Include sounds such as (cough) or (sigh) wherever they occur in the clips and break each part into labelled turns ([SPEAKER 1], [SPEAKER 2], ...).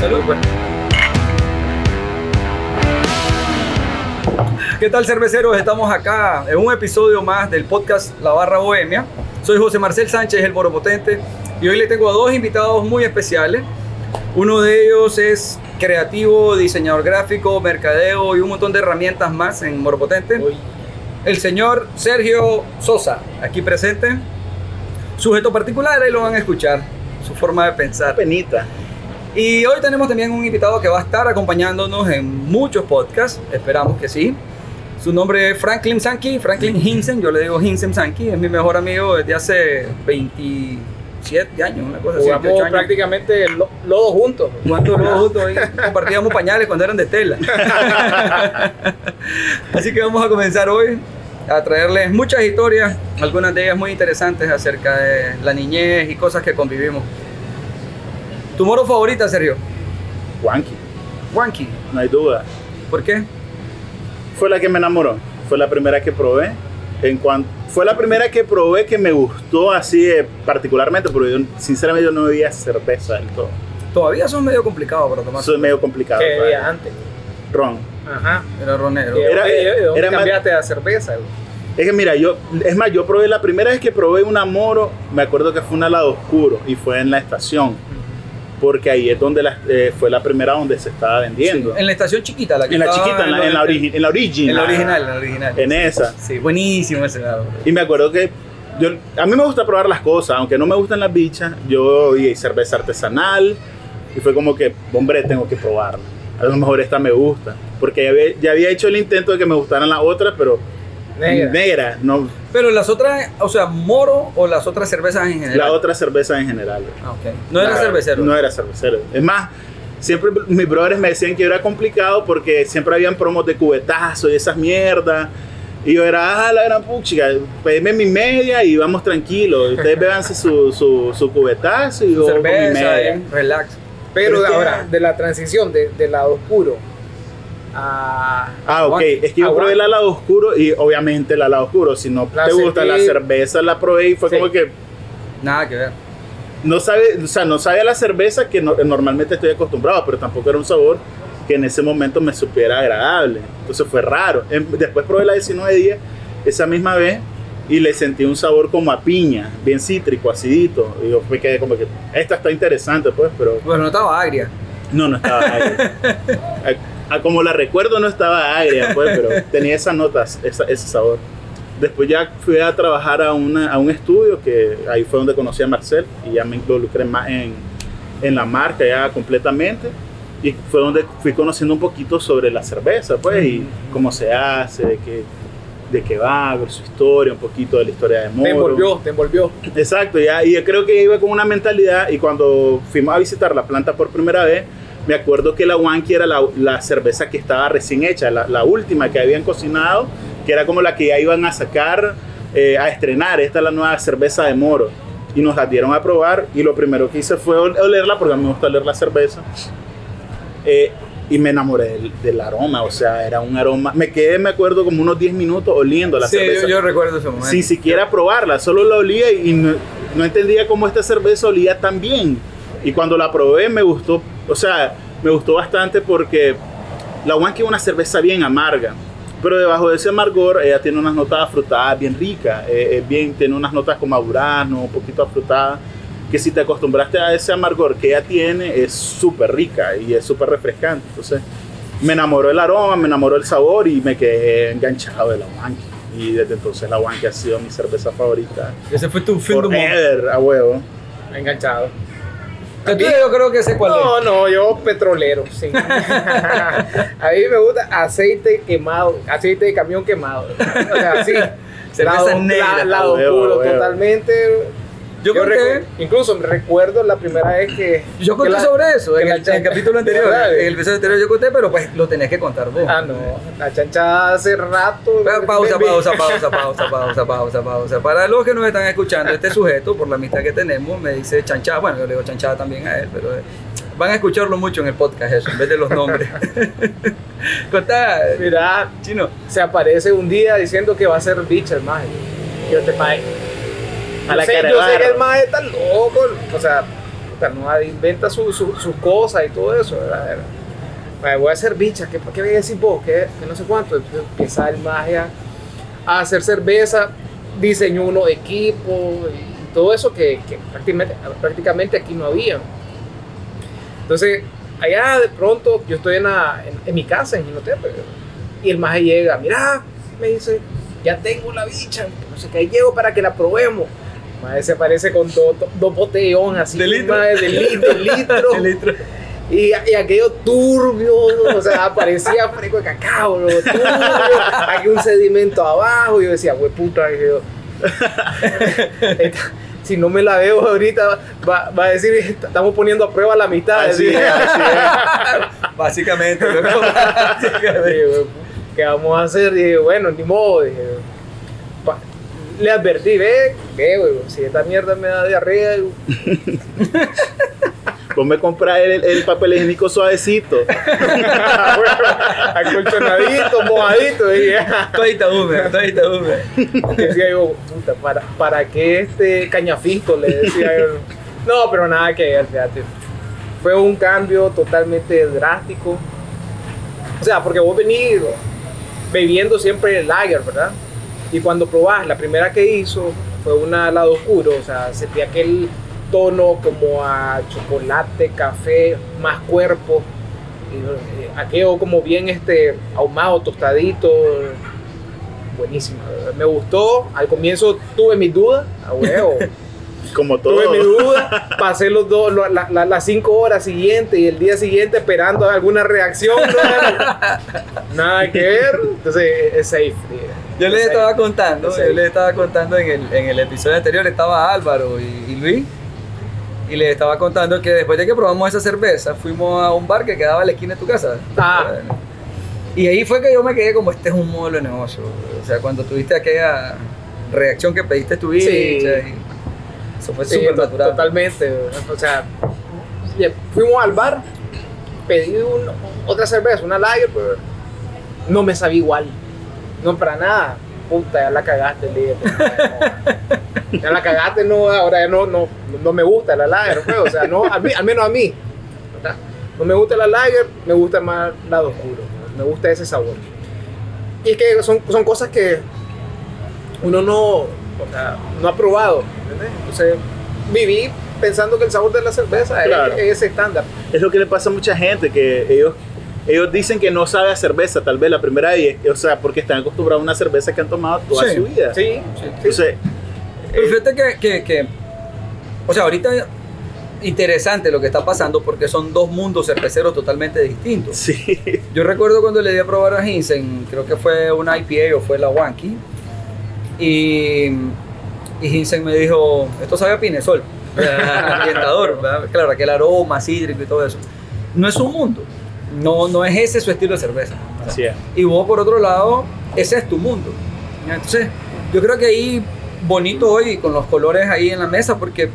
[SPEAKER 1] Salud, pues. ¿Qué tal, cerveceros? Estamos acá en un episodio más del podcast La Barra Bohemia. Soy José Marcel Sánchez, el Boromotente, y hoy le tengo a dos invitados muy especiales. Uno de ellos es creativo, diseñador gráfico, mercadeo y un montón de herramientas más en Moropotente. El señor Sergio Sosa, aquí presente. Sujeto particular, ahí lo van a escuchar, su forma de pensar.
[SPEAKER 2] penita.
[SPEAKER 1] Y hoy tenemos también un invitado que va a estar acompañándonos en muchos podcasts, esperamos que sí. Su nombre es Franklin Sankey,
[SPEAKER 3] (laughs)
[SPEAKER 1] Franklin Hinsen, yo le digo Hinsen Sankey, es mi mejor amigo desde hace 27 años, una cosa así,
[SPEAKER 3] Jugamos
[SPEAKER 1] 28 años.
[SPEAKER 3] prácticamente lo- lodo juntos.
[SPEAKER 1] Cuando los juntos ahí compartíamos pañales cuando eran de tela.
[SPEAKER 2] (laughs)
[SPEAKER 1] Así que vamos a comenzar hoy a traerles muchas historias, algunas de ellas muy interesantes acerca de la niñez y cosas que convivimos. ¿Tu moro favorita, Sergio?
[SPEAKER 2] Wanky,
[SPEAKER 1] Wanky.
[SPEAKER 2] no hay duda.
[SPEAKER 1] ¿Por qué?
[SPEAKER 2] Fue la que me enamoró. Fue la primera que probé. En cuan- fue la primera que probé que me gustó así eh, particularmente, porque yo sinceramente yo no bebía cerveza del todo.
[SPEAKER 1] Todavía son medio complicados para tomar.
[SPEAKER 2] Eso es medio complicado.
[SPEAKER 3] que
[SPEAKER 2] ¿vale?
[SPEAKER 3] había antes.
[SPEAKER 2] Ron.
[SPEAKER 3] Ajá.
[SPEAKER 1] Era ronero.
[SPEAKER 3] ¿Y de
[SPEAKER 2] Era-
[SPEAKER 3] dónde- de dónde
[SPEAKER 2] era más-
[SPEAKER 3] cambiaste a cerveza? güey?
[SPEAKER 2] Es que mira, yo, es más, yo probé la primera vez que probé una moro, me acuerdo que fue una lado oscuro y fue en la estación, porque ahí es donde la- eh, fue la primera donde se estaba vendiendo.
[SPEAKER 1] En la estación chiquita, la que
[SPEAKER 2] en la
[SPEAKER 1] estaba
[SPEAKER 2] chiquita, en la, en la origi- en la original.
[SPEAKER 1] En la original, en la original.
[SPEAKER 2] En esa.
[SPEAKER 1] Sí, buenísimo ese lado.
[SPEAKER 2] Y me acuerdo que yo, a mí me gusta probar las cosas, aunque no me gustan las bichas, yo y cerveza artesanal y fue como que, hombre, tengo que probarla. A lo mejor esta me gusta, porque ya había, ya había hecho el intento de que me gustaran las otras, pero
[SPEAKER 3] Negra.
[SPEAKER 2] negra, no
[SPEAKER 1] Pero las otras, o sea, moro o las otras cervezas en general.
[SPEAKER 2] la otra cerveza en general.
[SPEAKER 1] Ah, ok. No era
[SPEAKER 2] La-
[SPEAKER 1] cervecero.
[SPEAKER 2] No era cervecero. Es más, siempre mis brothers me decían que era complicado porque siempre habían promos de cubetazo y esas mierdas. Y yo era, ah, la gran puchica, pedime mi media y vamos tranquilos. Ustedes bébanse su, su, su cubetazo y yo con mi
[SPEAKER 1] cerveza,
[SPEAKER 2] media.
[SPEAKER 1] eh, relax.
[SPEAKER 3] Pero
[SPEAKER 2] Pero es que
[SPEAKER 3] ahora,
[SPEAKER 2] era-
[SPEAKER 3] de la transición de, de lado oscuro a.
[SPEAKER 2] Ah, ok.
[SPEAKER 3] Aguante,
[SPEAKER 2] Es que yo probé
[SPEAKER 3] aguante.
[SPEAKER 2] la lado oscuro y obviamente la lado oscuro. Si no
[SPEAKER 3] La
[SPEAKER 2] te gusta la
[SPEAKER 3] sentí-
[SPEAKER 2] cerveza, la probé y fue
[SPEAKER 3] Sí.
[SPEAKER 2] como que
[SPEAKER 1] Nada que ver.
[SPEAKER 2] no sabe, o sea, no sabe a la cerveza que no- normalmente estoy acostumbrado, pero tampoco era un sabor que en ese momento me supiera agradable. Entonces fue raro. Em- Después probé la 19 días esa misma vez y le sentí un sabor como a piña, bien cítrico, acidito. Y yo me quedé como que, esta está interesante, pues, pero
[SPEAKER 1] Bueno, no estaba agria.
[SPEAKER 2] no, no estaba agria. (laughs) A, a como la recuerdo, no estaba agria, pues, pero tenía esas notas, esa- ese sabor. Después ya fui a trabajar a, una, a un estudio que ahí fue donde conocí a Marcel y ya me involucré más en, en la marca ya completamente. Y fue donde fui conociendo un poquito sobre la cerveza, pues, y cómo se hace, de qué, de qué va, su historia, un poquito de la historia de Moro.
[SPEAKER 3] Te envolvió, te envolvió.
[SPEAKER 2] Exacto, ya, y yo creo que iba con una mentalidad y cuando fuimos a visitar la planta por primera vez, me acuerdo que la Wanky era la, la cerveza que estaba recién hecha, la, la última que habían cocinado, que era como la que ya iban a sacar, eh, a estrenar, esta es la nueva cerveza de Moro. Y nos la dieron a probar y lo primero que hice fue ol- olerla, porque a mí me gusta oler la cerveza. Eh, y me enamoré del, del aroma, o sea, era un aroma. Me quedé, me acuerdo, como unos 10 minutos oliendo la
[SPEAKER 1] sí,
[SPEAKER 2] cerveza
[SPEAKER 1] yo, yo recuerdo ese momento.
[SPEAKER 2] sin siquiera probarla, solo la olía y no, no entendía cómo esta cerveza olía tan bien. Y cuando la probé me gustó, o sea, me gustó bastante porque la Wanky es una cerveza bien amarga, pero debajo de ese amargor ella tiene unas notas afrutadas bien ricas, eh, eh, bien, tiene unas notas como a durazno, un poquito afrutadas, que si te acostumbraste a ese amargor que ella tiene es súper rica y es súper refrescante. Entonces me enamoró el aroma, me enamoró el sabor y me quedé enganchado de la Wanky. Y desde entonces la Wanky ha sido mi cerveza favorita.
[SPEAKER 1] Ese fue tu fin de mundo.
[SPEAKER 2] Forever, a huevo.
[SPEAKER 3] Enganchado.
[SPEAKER 1] Yo creo que sé cuál es.
[SPEAKER 3] No, no, yo petrolero,
[SPEAKER 1] (laughs)
[SPEAKER 3] sí. a mí me gusta aceite quemado, aceite de camión quemado. O sea, sí.
[SPEAKER 1] (laughs) Cerveza
[SPEAKER 3] lado,
[SPEAKER 1] negra.
[SPEAKER 3] la- lado
[SPEAKER 2] Huevo,
[SPEAKER 3] oscuro,
[SPEAKER 2] huevo.
[SPEAKER 3] totalmente.
[SPEAKER 1] Yo conté,
[SPEAKER 3] recu- incluso me recuerdo la primera vez que.
[SPEAKER 1] yo
[SPEAKER 3] que
[SPEAKER 1] conté
[SPEAKER 3] la-
[SPEAKER 1] sobre eso
[SPEAKER 3] que
[SPEAKER 1] en
[SPEAKER 3] la
[SPEAKER 1] el, en el
[SPEAKER 3] chancha-
[SPEAKER 1] capítulo anterior.
[SPEAKER 3] ¿Verdad?
[SPEAKER 1] En el episodio anterior yo conté, pero pues lo tenés que contar vos.
[SPEAKER 3] Ah, no. La chanchada hace rato.
[SPEAKER 1] Pa- Pausa,
[SPEAKER 3] me- me-
[SPEAKER 1] pausa, pausa, pausa, pausa, pausa, pausa. Para los que nos están escuchando, este sujeto, por la amistad que tenemos, me dice chanchada. Bueno, yo le digo chanchada también a él, pero eh, van a escucharlo mucho en el podcast eso, en vez de los nombres. (laughs) Contá,
[SPEAKER 3] Mira,
[SPEAKER 1] chino.
[SPEAKER 3] se aparece un día diciendo que va a ser bicha el maje. Yo te maje.
[SPEAKER 2] A la
[SPEAKER 3] yo sé,
[SPEAKER 2] cara de
[SPEAKER 3] yo sé
[SPEAKER 2] barro.
[SPEAKER 3] que el maje está loco. O sea, puta, ¿no? Ahí Inventa sus su, sus cosas y todo eso, ¿verdad? Era, "Mae, voy a hacer bicha, ¿qué, qué decís vos? ¿Qué, qué no sé cuánto? Entonces empieza el magia a hacer cerveza, diseñó unos equipos y todo eso que, que prácticamente, prácticamente aquí no había. Entonces, allá de pronto, yo estoy en, la- en- en mi casa, en Ginotepe, y el maje llega, mira, me dice, ya tengo la bicha, no sé qué, ahí llego para que la probemos. El Maje se aparece con dos dos botellón así,
[SPEAKER 1] De litro.
[SPEAKER 3] maje, de, li-
[SPEAKER 1] (laughs)
[SPEAKER 3] de litro,
[SPEAKER 1] El litro.
[SPEAKER 3] y, y aquello turbio, o
[SPEAKER 2] (laughs)
[SPEAKER 3] sea, parecía fresco de cacao, bro, turbio, aquí un sedimento abajo, y yo decía, wey puta, y yo, (laughs) esta- si no me la veo ahorita, va, va a decir, estamos poniendo a prueba la mitad.
[SPEAKER 2] Así
[SPEAKER 3] así.
[SPEAKER 2] es,
[SPEAKER 3] (laughs)
[SPEAKER 2] así es.
[SPEAKER 1] Básicamente, loco. (laughs) Básicamente.
[SPEAKER 3] Dije, "Güey, ¿Qué vamos a hacer? Dije, bueno, ni modo. Dije, pa- le advertí, ve, ve, güey, si esta mierda me da diarrea, (laughs) digo,
[SPEAKER 2] Vos me compras el, el papel higiénico suavecito.
[SPEAKER 3] acolchonadito, mojadito. Dije,
[SPEAKER 1] Todita húmeda, todita húmeda.
[SPEAKER 3] (laughs) decía yo, puta, ¿para, para qué este cañafisto? Le decía yo. No, pero nada que ver, fíjate. Fue un cambio totalmente drástico. O sea, porque vos venís bebiendo siempre el lager, ¿verdad? Y cuando probás, la primera que hizo fue una lado oscuro, o sea, sentía aquel tono como a chocolate, café, más cuerpo, y, eh, aquello como bien este ahumado, tostadito, buenísimo. Me gustó, al comienzo tuve mis dudas, a huevo.
[SPEAKER 2] Como todo.
[SPEAKER 3] Tuve mi duda, pasé los dos, lo- la- la- las cinco horas siguientes y el día siguiente esperando alguna reacción. ¿no? (laughs) Nada que ver. Entonces es safe. tío.
[SPEAKER 1] Yo
[SPEAKER 3] Es
[SPEAKER 1] les
[SPEAKER 3] safe.
[SPEAKER 1] estaba contando,
[SPEAKER 3] Sí.
[SPEAKER 1] yo les estaba contando en el, en el episodio anterior, estaba Álvaro y, y Luis, y les estaba contando que después de que probamos esa cerveza, fuimos a un bar que quedaba a la esquina de tu casa.
[SPEAKER 3] Ah.
[SPEAKER 1] Y ahí fue que yo me quedé como, este es un modelo de negocio. O sea, cuando tuviste aquella reacción que pediste tu vida,
[SPEAKER 3] Sí.
[SPEAKER 1] eso fue
[SPEAKER 3] Sí,
[SPEAKER 1] súper
[SPEAKER 3] to-
[SPEAKER 1] natural.
[SPEAKER 3] Totalmente. O sea, ya fuimos al bar, pedí un- otra cerveza, una lager, pero no me sabía igual. No, para nada. Puta, ya la cagaste, le dije, no. Ya la cagaste, no, ahora ya no, no, no me gusta la lager, pues, o sea, no, al, mi- al menos a mí. ¿verdad? No me gusta la lager, me gusta más lado oscuro, me gusta ese sabor. Y es que son, son cosas que uno no, o sea, no ha probado. ¿entendés? Entonces, viví pensando que el sabor de la cerveza es-
[SPEAKER 2] Claro.
[SPEAKER 3] es, ese estándar.
[SPEAKER 2] Es lo que le pasa a mucha gente, que ellos, ellos dicen que no sabe a cerveza, tal vez la primera vez, o sea, porque están acostumbrados a una cerveza que han tomado toda
[SPEAKER 1] Sí.
[SPEAKER 2] su vida.
[SPEAKER 3] Sí, sí, sí.
[SPEAKER 2] Entonces, (laughs)
[SPEAKER 1] Pero fíjate que, que- que- o sea, ahorita interesante lo que está pasando porque son dos mundos cerveceros totalmente distintos.
[SPEAKER 2] sí.
[SPEAKER 1] Yo recuerdo cuando le di a probar a Hinsen, creo que fue una IPA o fue la Wanky, y, y Hinsen me dijo, esto sabe a pinesol, (laughs) ambientador, ¿verdad? claro, aquel aroma cítrico y todo eso. No es un mundo, no, no es ese su estilo de cerveza.
[SPEAKER 2] Así es.
[SPEAKER 1] Y vos, por otro lado, ese es tu mundo. Entonces, yo creo que ahí, bonito hoy, con los colores ahí en la mesa, porque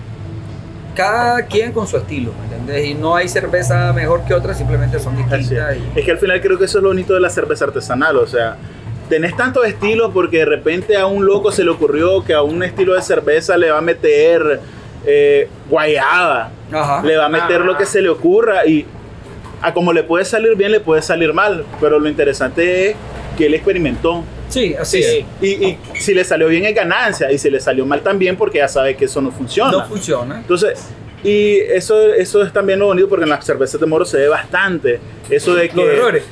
[SPEAKER 1] cada quien con su estilo, ¿me entendés? Y no hay cerveza mejor que otra, simplemente son
[SPEAKER 2] Así
[SPEAKER 1] distintas.
[SPEAKER 2] es.
[SPEAKER 1] y-
[SPEAKER 2] Es que al final creo que eso es lo bonito de la cerveza artesanal, o sea, tenés tantos estilos porque de repente a un loco se le ocurrió que a un estilo de cerveza le va a meter eh, guayaba,
[SPEAKER 1] Ajá.
[SPEAKER 2] le va a meter
[SPEAKER 3] Ah.
[SPEAKER 2] lo que se le ocurra y a como le puede salir bien, le puede salir mal, pero lo interesante es que él experimentó.
[SPEAKER 1] Sí, así
[SPEAKER 3] Sí.
[SPEAKER 1] es.
[SPEAKER 2] Y, y si le salió bien es ganancia y si le salió mal también porque ya sabe que eso no funciona.
[SPEAKER 1] No funciona.
[SPEAKER 2] Entonces, y eso, eso es también lo bonito porque en las cervezas de moro se ve bastante. Eso de que
[SPEAKER 1] Los errores.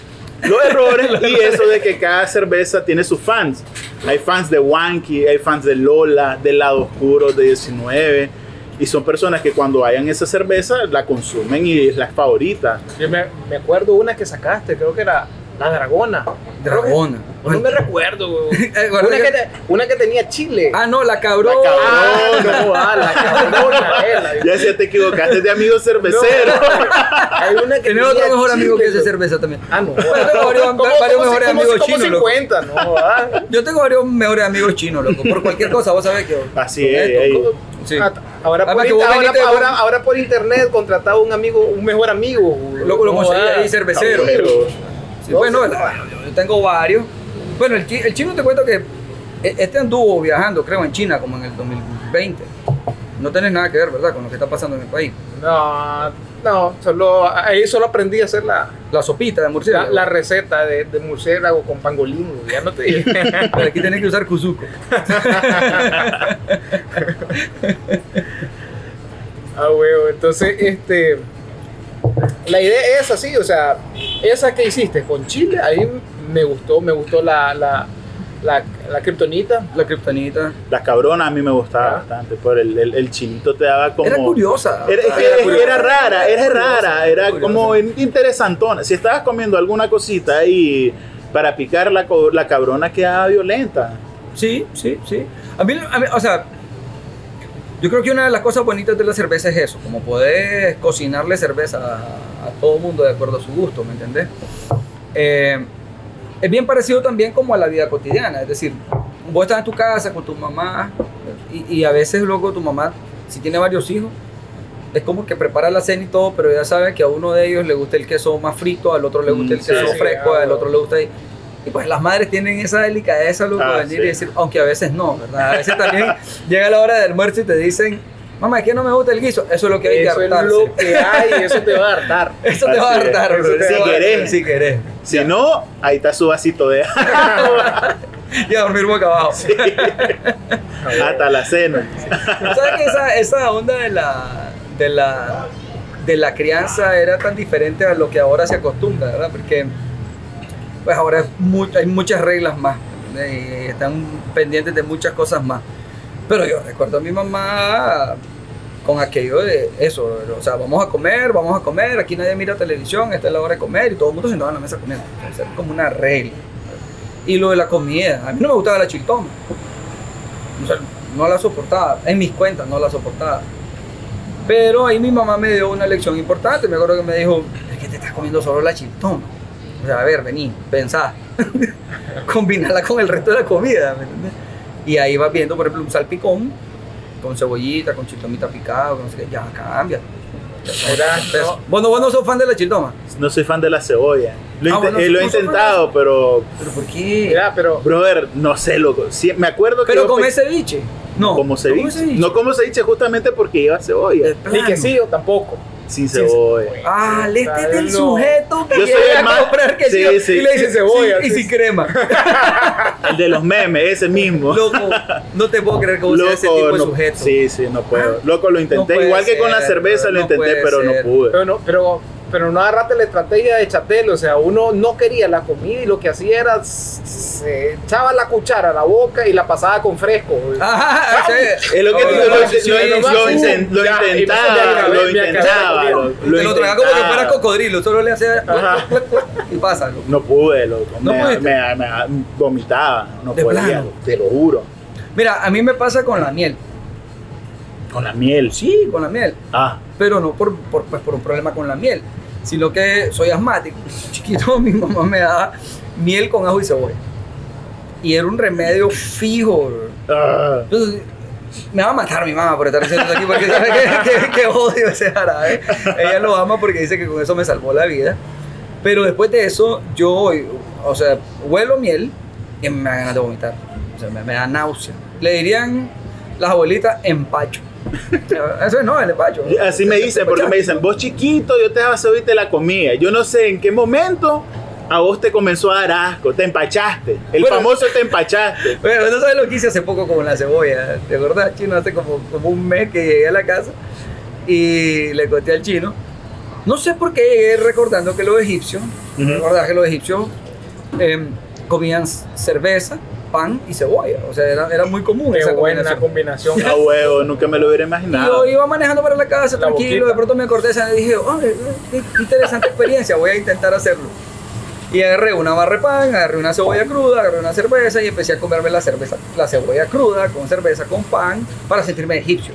[SPEAKER 2] los errores
[SPEAKER 1] (laughs)
[SPEAKER 2] y eso de que cada cerveza tiene sus fans. Hay fans de Wanky, hay fans de Lola, del lado oscuro, de 19. Y son personas que cuando hayan esa cerveza la consumen y es la favorita.
[SPEAKER 3] Yo me, me acuerdo una que sacaste, creo que era la dragona. Creo que-
[SPEAKER 1] Dragona.
[SPEAKER 3] No me recuerdo, güey.
[SPEAKER 1] Eh, (laughs) guarda
[SPEAKER 3] una,
[SPEAKER 1] que-
[SPEAKER 3] que te- una que tenía chile.
[SPEAKER 1] Ah, no, la cabrón.
[SPEAKER 2] La cabrón.
[SPEAKER 3] Ah, no, ah, la cabrona, eh, la-
[SPEAKER 2] Ya si te equivocaste
[SPEAKER 1] (laughs)
[SPEAKER 2] de amigo cervecero.
[SPEAKER 3] Hay una que
[SPEAKER 1] Tenemos otro
[SPEAKER 3] tenía
[SPEAKER 1] mejor amigo que hace
[SPEAKER 3] chile, güey.
[SPEAKER 1] cerveza también.
[SPEAKER 3] Ah, no.
[SPEAKER 1] tengo varios-
[SPEAKER 3] ¿Cómo-
[SPEAKER 1] varios
[SPEAKER 3] cómo se-
[SPEAKER 1] mejores
[SPEAKER 3] cómo se-
[SPEAKER 1] amigos chinos,
[SPEAKER 3] ¿Cómo
[SPEAKER 1] loco?
[SPEAKER 3] 50? No, ah.
[SPEAKER 1] Yo tengo varios mejores amigos chinos, loco. Por cualquier cosa, vos sabés que.
[SPEAKER 2] Así
[SPEAKER 1] con
[SPEAKER 2] es,
[SPEAKER 1] esto,
[SPEAKER 2] ey.
[SPEAKER 1] con- Sí.
[SPEAKER 3] Ah, Ahora por,
[SPEAKER 1] Además que
[SPEAKER 3] inter-
[SPEAKER 1] vos
[SPEAKER 3] ahora-
[SPEAKER 1] veniste-
[SPEAKER 3] ahora- ahora por internet contrataba un amigo, un mejor amigo. güey.
[SPEAKER 1] Loco, lo
[SPEAKER 3] No,
[SPEAKER 1] conseguí
[SPEAKER 3] ah.
[SPEAKER 1] ahí, cervecero.
[SPEAKER 2] Pero-
[SPEAKER 1] Sí, bueno, la- yo tengo varios. Bueno, el, chi- el chino te cuento que e- este anduvo viajando, creo, en China, como en el 2020. No tenés nada que ver, ¿verdad? Con lo que está pasando en el país.
[SPEAKER 3] No, no, solo, ahí solo aprendí a hacer la,
[SPEAKER 1] La sopita de
[SPEAKER 3] la,
[SPEAKER 1] murciélago.
[SPEAKER 3] la receta de, de murciélago con pangolín, ya no te dije.
[SPEAKER 1] Pero (laughs) aquí tenés que usar cuzuco.
[SPEAKER 3] Ah, huevo, entonces, este. La idea es así, o sea, esa que hiciste con Chile, ahí me gustó, me gustó la, la, la, la kriptonita.
[SPEAKER 1] La kriptonita.
[SPEAKER 2] La cabrona a mí me gustaba
[SPEAKER 3] Ah.
[SPEAKER 2] bastante, por el, el, el chinito te daba como...
[SPEAKER 1] Era curiosa.
[SPEAKER 2] Era, es que- es que era rara, era rara, era
[SPEAKER 1] curiosa.
[SPEAKER 2] como in- interesantona. Si estabas comiendo alguna cosita y para picar la, co- la cabrona quedaba violenta.
[SPEAKER 1] Sí, sí, sí. A mí, a mí- o sea, yo creo que una de las cosas bonitas de la cerveza es eso, como poder cocinarle cerveza a, a todo mundo de acuerdo a su gusto, ¿me entendés? Eh, es bien parecido también como a la vida cotidiana, es decir, vos estás en tu casa con tu mamá y, y a veces luego tu mamá, si tiene varios hijos, es como que prepara la cena y todo, pero ya sabe que a uno de ellos le gusta el queso más frito, al otro le gusta el
[SPEAKER 2] Mm, sí,
[SPEAKER 1] queso
[SPEAKER 3] sí,
[SPEAKER 1] fresco,
[SPEAKER 3] ah,
[SPEAKER 1] al otro le gusta... y- y pues las madres tienen esa delicadeza, loco,
[SPEAKER 2] Ah,
[SPEAKER 1] de venir
[SPEAKER 2] sí.
[SPEAKER 1] y decir, aunque a veces no, ¿verdad? A veces también (laughs) llega la hora del almuerzo y te dicen, mamá, es que no me gusta el guiso. Eso es lo que hay que
[SPEAKER 3] Eso es
[SPEAKER 1] hartarse.
[SPEAKER 3] lo que hay, eso te va a
[SPEAKER 2] (laughs)
[SPEAKER 3] hartar.
[SPEAKER 1] (laughs) Eso te va a
[SPEAKER 2] Así es.
[SPEAKER 1] hartar, bro.
[SPEAKER 2] Eso te
[SPEAKER 1] Eso
[SPEAKER 2] va a
[SPEAKER 1] te va a
[SPEAKER 2] hartar.
[SPEAKER 1] hartar, Si querés.
[SPEAKER 2] Si no, ahí está su vasito
[SPEAKER 1] (laughs)
[SPEAKER 2] de
[SPEAKER 1] Y a dormir boca abajo.
[SPEAKER 2] hasta la cena.
[SPEAKER 1] ¿Sabes que esa, esa onda de la, de, la, de la crianza era tan diferente a lo que ahora se acostumbra, ¿verdad? Porque pues ahora es mu- hay muchas reglas más ¿entendés? y están pendientes de muchas cosas más. Pero yo recuerdo a mi mamá con aquello de eso, o sea, vamos a comer, vamos a comer, aquí nadie mira televisión, esta es la hora de comer y todo el mundo sentado en la mesa comiendo. O sea, era como una regla. Y lo de la comida, a mí no me gustaba la chiltoma. O sea, no la soportaba, en mis cuentas no la soportaba. Pero ahí mi mamá me dio una lección importante, me acuerdo que me dijo, es que te estás comiendo solo la chiltoma. O sea, a ver, vení, pensá, (laughs) combinala con el resto de la comida, ¿me entendés? Y ahí vas viendo, por ejemplo, un salpicón con cebollita, con chiltomita picada, con no sé qué, ya cambia.
[SPEAKER 3] Ahora,
[SPEAKER 1] Entonces,
[SPEAKER 3] no,
[SPEAKER 1] Vos no, vos no sos fan de la chiltoma,
[SPEAKER 2] No soy fan de la cebolla. Lo,
[SPEAKER 1] Ah,
[SPEAKER 2] inte-
[SPEAKER 1] bueno,
[SPEAKER 2] eh, lo he
[SPEAKER 1] no soy fan de la
[SPEAKER 2] intentado, pero,
[SPEAKER 1] pero ¿por qué?
[SPEAKER 3] mira, pero
[SPEAKER 2] brother, no sé, loco. Sí, me acuerdo que.
[SPEAKER 1] Pero
[SPEAKER 2] yo
[SPEAKER 1] come
[SPEAKER 2] pe-
[SPEAKER 1] ceviche. No,
[SPEAKER 2] como
[SPEAKER 1] se Eh,
[SPEAKER 2] ceviche. No como ceviche justamente porque lleva cebolla.
[SPEAKER 3] ni que sí o tampoco.
[SPEAKER 2] Sin
[SPEAKER 3] sí, sí.
[SPEAKER 2] cebolla.
[SPEAKER 1] Ah, el este es
[SPEAKER 3] Ay,
[SPEAKER 1] el
[SPEAKER 3] no.
[SPEAKER 1] sujeto que
[SPEAKER 2] Yo soy
[SPEAKER 1] llega
[SPEAKER 2] el
[SPEAKER 1] a
[SPEAKER 2] más-
[SPEAKER 1] comprar que
[SPEAKER 2] sí,
[SPEAKER 1] sí,
[SPEAKER 2] sí.
[SPEAKER 1] y le dice
[SPEAKER 3] Sin cebolla,
[SPEAKER 1] sí, y
[SPEAKER 3] sí.
[SPEAKER 1] sin (laughs) crema.
[SPEAKER 2] El de los memes, ese mismo.
[SPEAKER 1] Loco, no te puedo creer que vos seas ese tipo de
[SPEAKER 2] no-
[SPEAKER 1] sujeto.
[SPEAKER 2] Sí, sí, no puedo.
[SPEAKER 1] Ah,
[SPEAKER 2] Loco, lo intenté.
[SPEAKER 1] puede
[SPEAKER 2] Igual que con la
[SPEAKER 1] ser,
[SPEAKER 2] cerveza
[SPEAKER 1] bro,
[SPEAKER 2] lo
[SPEAKER 1] no
[SPEAKER 2] intenté,
[SPEAKER 1] puede
[SPEAKER 2] pero
[SPEAKER 1] ser.
[SPEAKER 2] no pude.
[SPEAKER 3] Pero no, pero, pero no agarraste la estrategia de Chatel, o sea, uno no quería la comida y lo que hacía era s- se echaba la cuchara a la boca y la pasaba con fresco.
[SPEAKER 1] (laughs) Ah, Ajá, sí.
[SPEAKER 2] Es lo que
[SPEAKER 1] Ahora,
[SPEAKER 3] no,
[SPEAKER 2] te digo,
[SPEAKER 3] no, no,
[SPEAKER 2] lo, lo- lo-
[SPEAKER 3] no, no,
[SPEAKER 2] lo inten-
[SPEAKER 3] no,
[SPEAKER 1] "Uh,
[SPEAKER 2] lo
[SPEAKER 3] ya,
[SPEAKER 2] intentaba,
[SPEAKER 3] entonces ya,
[SPEAKER 2] lo
[SPEAKER 3] ya, ya,
[SPEAKER 2] intentaba.
[SPEAKER 3] ya,
[SPEAKER 2] lo-
[SPEAKER 3] ya,
[SPEAKER 2] lo
[SPEAKER 1] te lo traga como que
[SPEAKER 2] intentaba.
[SPEAKER 1] fuera cocodrilo, solo le hace
[SPEAKER 2] Ajá.
[SPEAKER 1] (laughs) y pasa. loco.
[SPEAKER 2] No pude, loco.
[SPEAKER 1] No
[SPEAKER 2] me,
[SPEAKER 1] pudiste.
[SPEAKER 2] me- me- vomitaba. No
[SPEAKER 1] De
[SPEAKER 2] podía,
[SPEAKER 1] plano.
[SPEAKER 2] te lo juro.
[SPEAKER 1] Mira, a mí me pasa con la miel.
[SPEAKER 2] Con la miel.
[SPEAKER 1] Sí, con la miel,
[SPEAKER 2] Ah,
[SPEAKER 1] pero no por, por, pues, por un problema con la miel, sino que soy asmático. (laughs) Chiquito, mi mamá me daba miel con ajo y cebolla. Y era un remedio fijo. bro.
[SPEAKER 2] ah.
[SPEAKER 1] Entonces, me va a matar mi mamá por estar diciendo esto aquí porque sabe que, (laughs) que- que odio ese jarabe. Ella lo ama porque dice que con eso me salvó la vida. Pero después de eso, yo, o sea, huelo miel y me da ganas de vomitar. O sea, me, me da náusea. Le dirían las abuelitas
[SPEAKER 2] (laughs)
[SPEAKER 1] empacho. Eso no, el empacho.
[SPEAKER 2] Así me dicen, porque me dicen, vos chiquito, yo te daba cebolla y te la comía. Yo no sé en qué momento a vos te comenzó a dar asco, te empachaste. El
[SPEAKER 1] Bueno.
[SPEAKER 2] famoso
[SPEAKER 1] (laughs)
[SPEAKER 2] te empachaste.
[SPEAKER 1] Bueno, no sabes lo que hice hace poco con la cebolla. ¿Te acordás, chino? Hace como, como un mes que llegué a la casa y le conté al chino. No sé por qué llegué recordando que los egipcios,
[SPEAKER 2] Ujú.
[SPEAKER 1] recordás que los egipcios em, comían cerveza, pan y cebolla. O sea, era, era muy común
[SPEAKER 3] Qué
[SPEAKER 1] esa
[SPEAKER 3] buena
[SPEAKER 1] combinación.
[SPEAKER 3] combinación.
[SPEAKER 2] A Ah, huevo, nunca me lo hubiera imaginado.
[SPEAKER 1] Y yo iba manejando para la casa
[SPEAKER 3] La
[SPEAKER 1] tranquilo,
[SPEAKER 3] boquita.
[SPEAKER 1] de pronto me acordé de esa y dije, oh, eh, eh, qué interesante experiencia, voy a intentar hacerlo. Y agarré una barra de pan, agarré una cebolla cruda, agarré una cerveza y empecé a comerme la cerveza, la cebolla cruda con cerveza, con pan, para sentirme egipcio.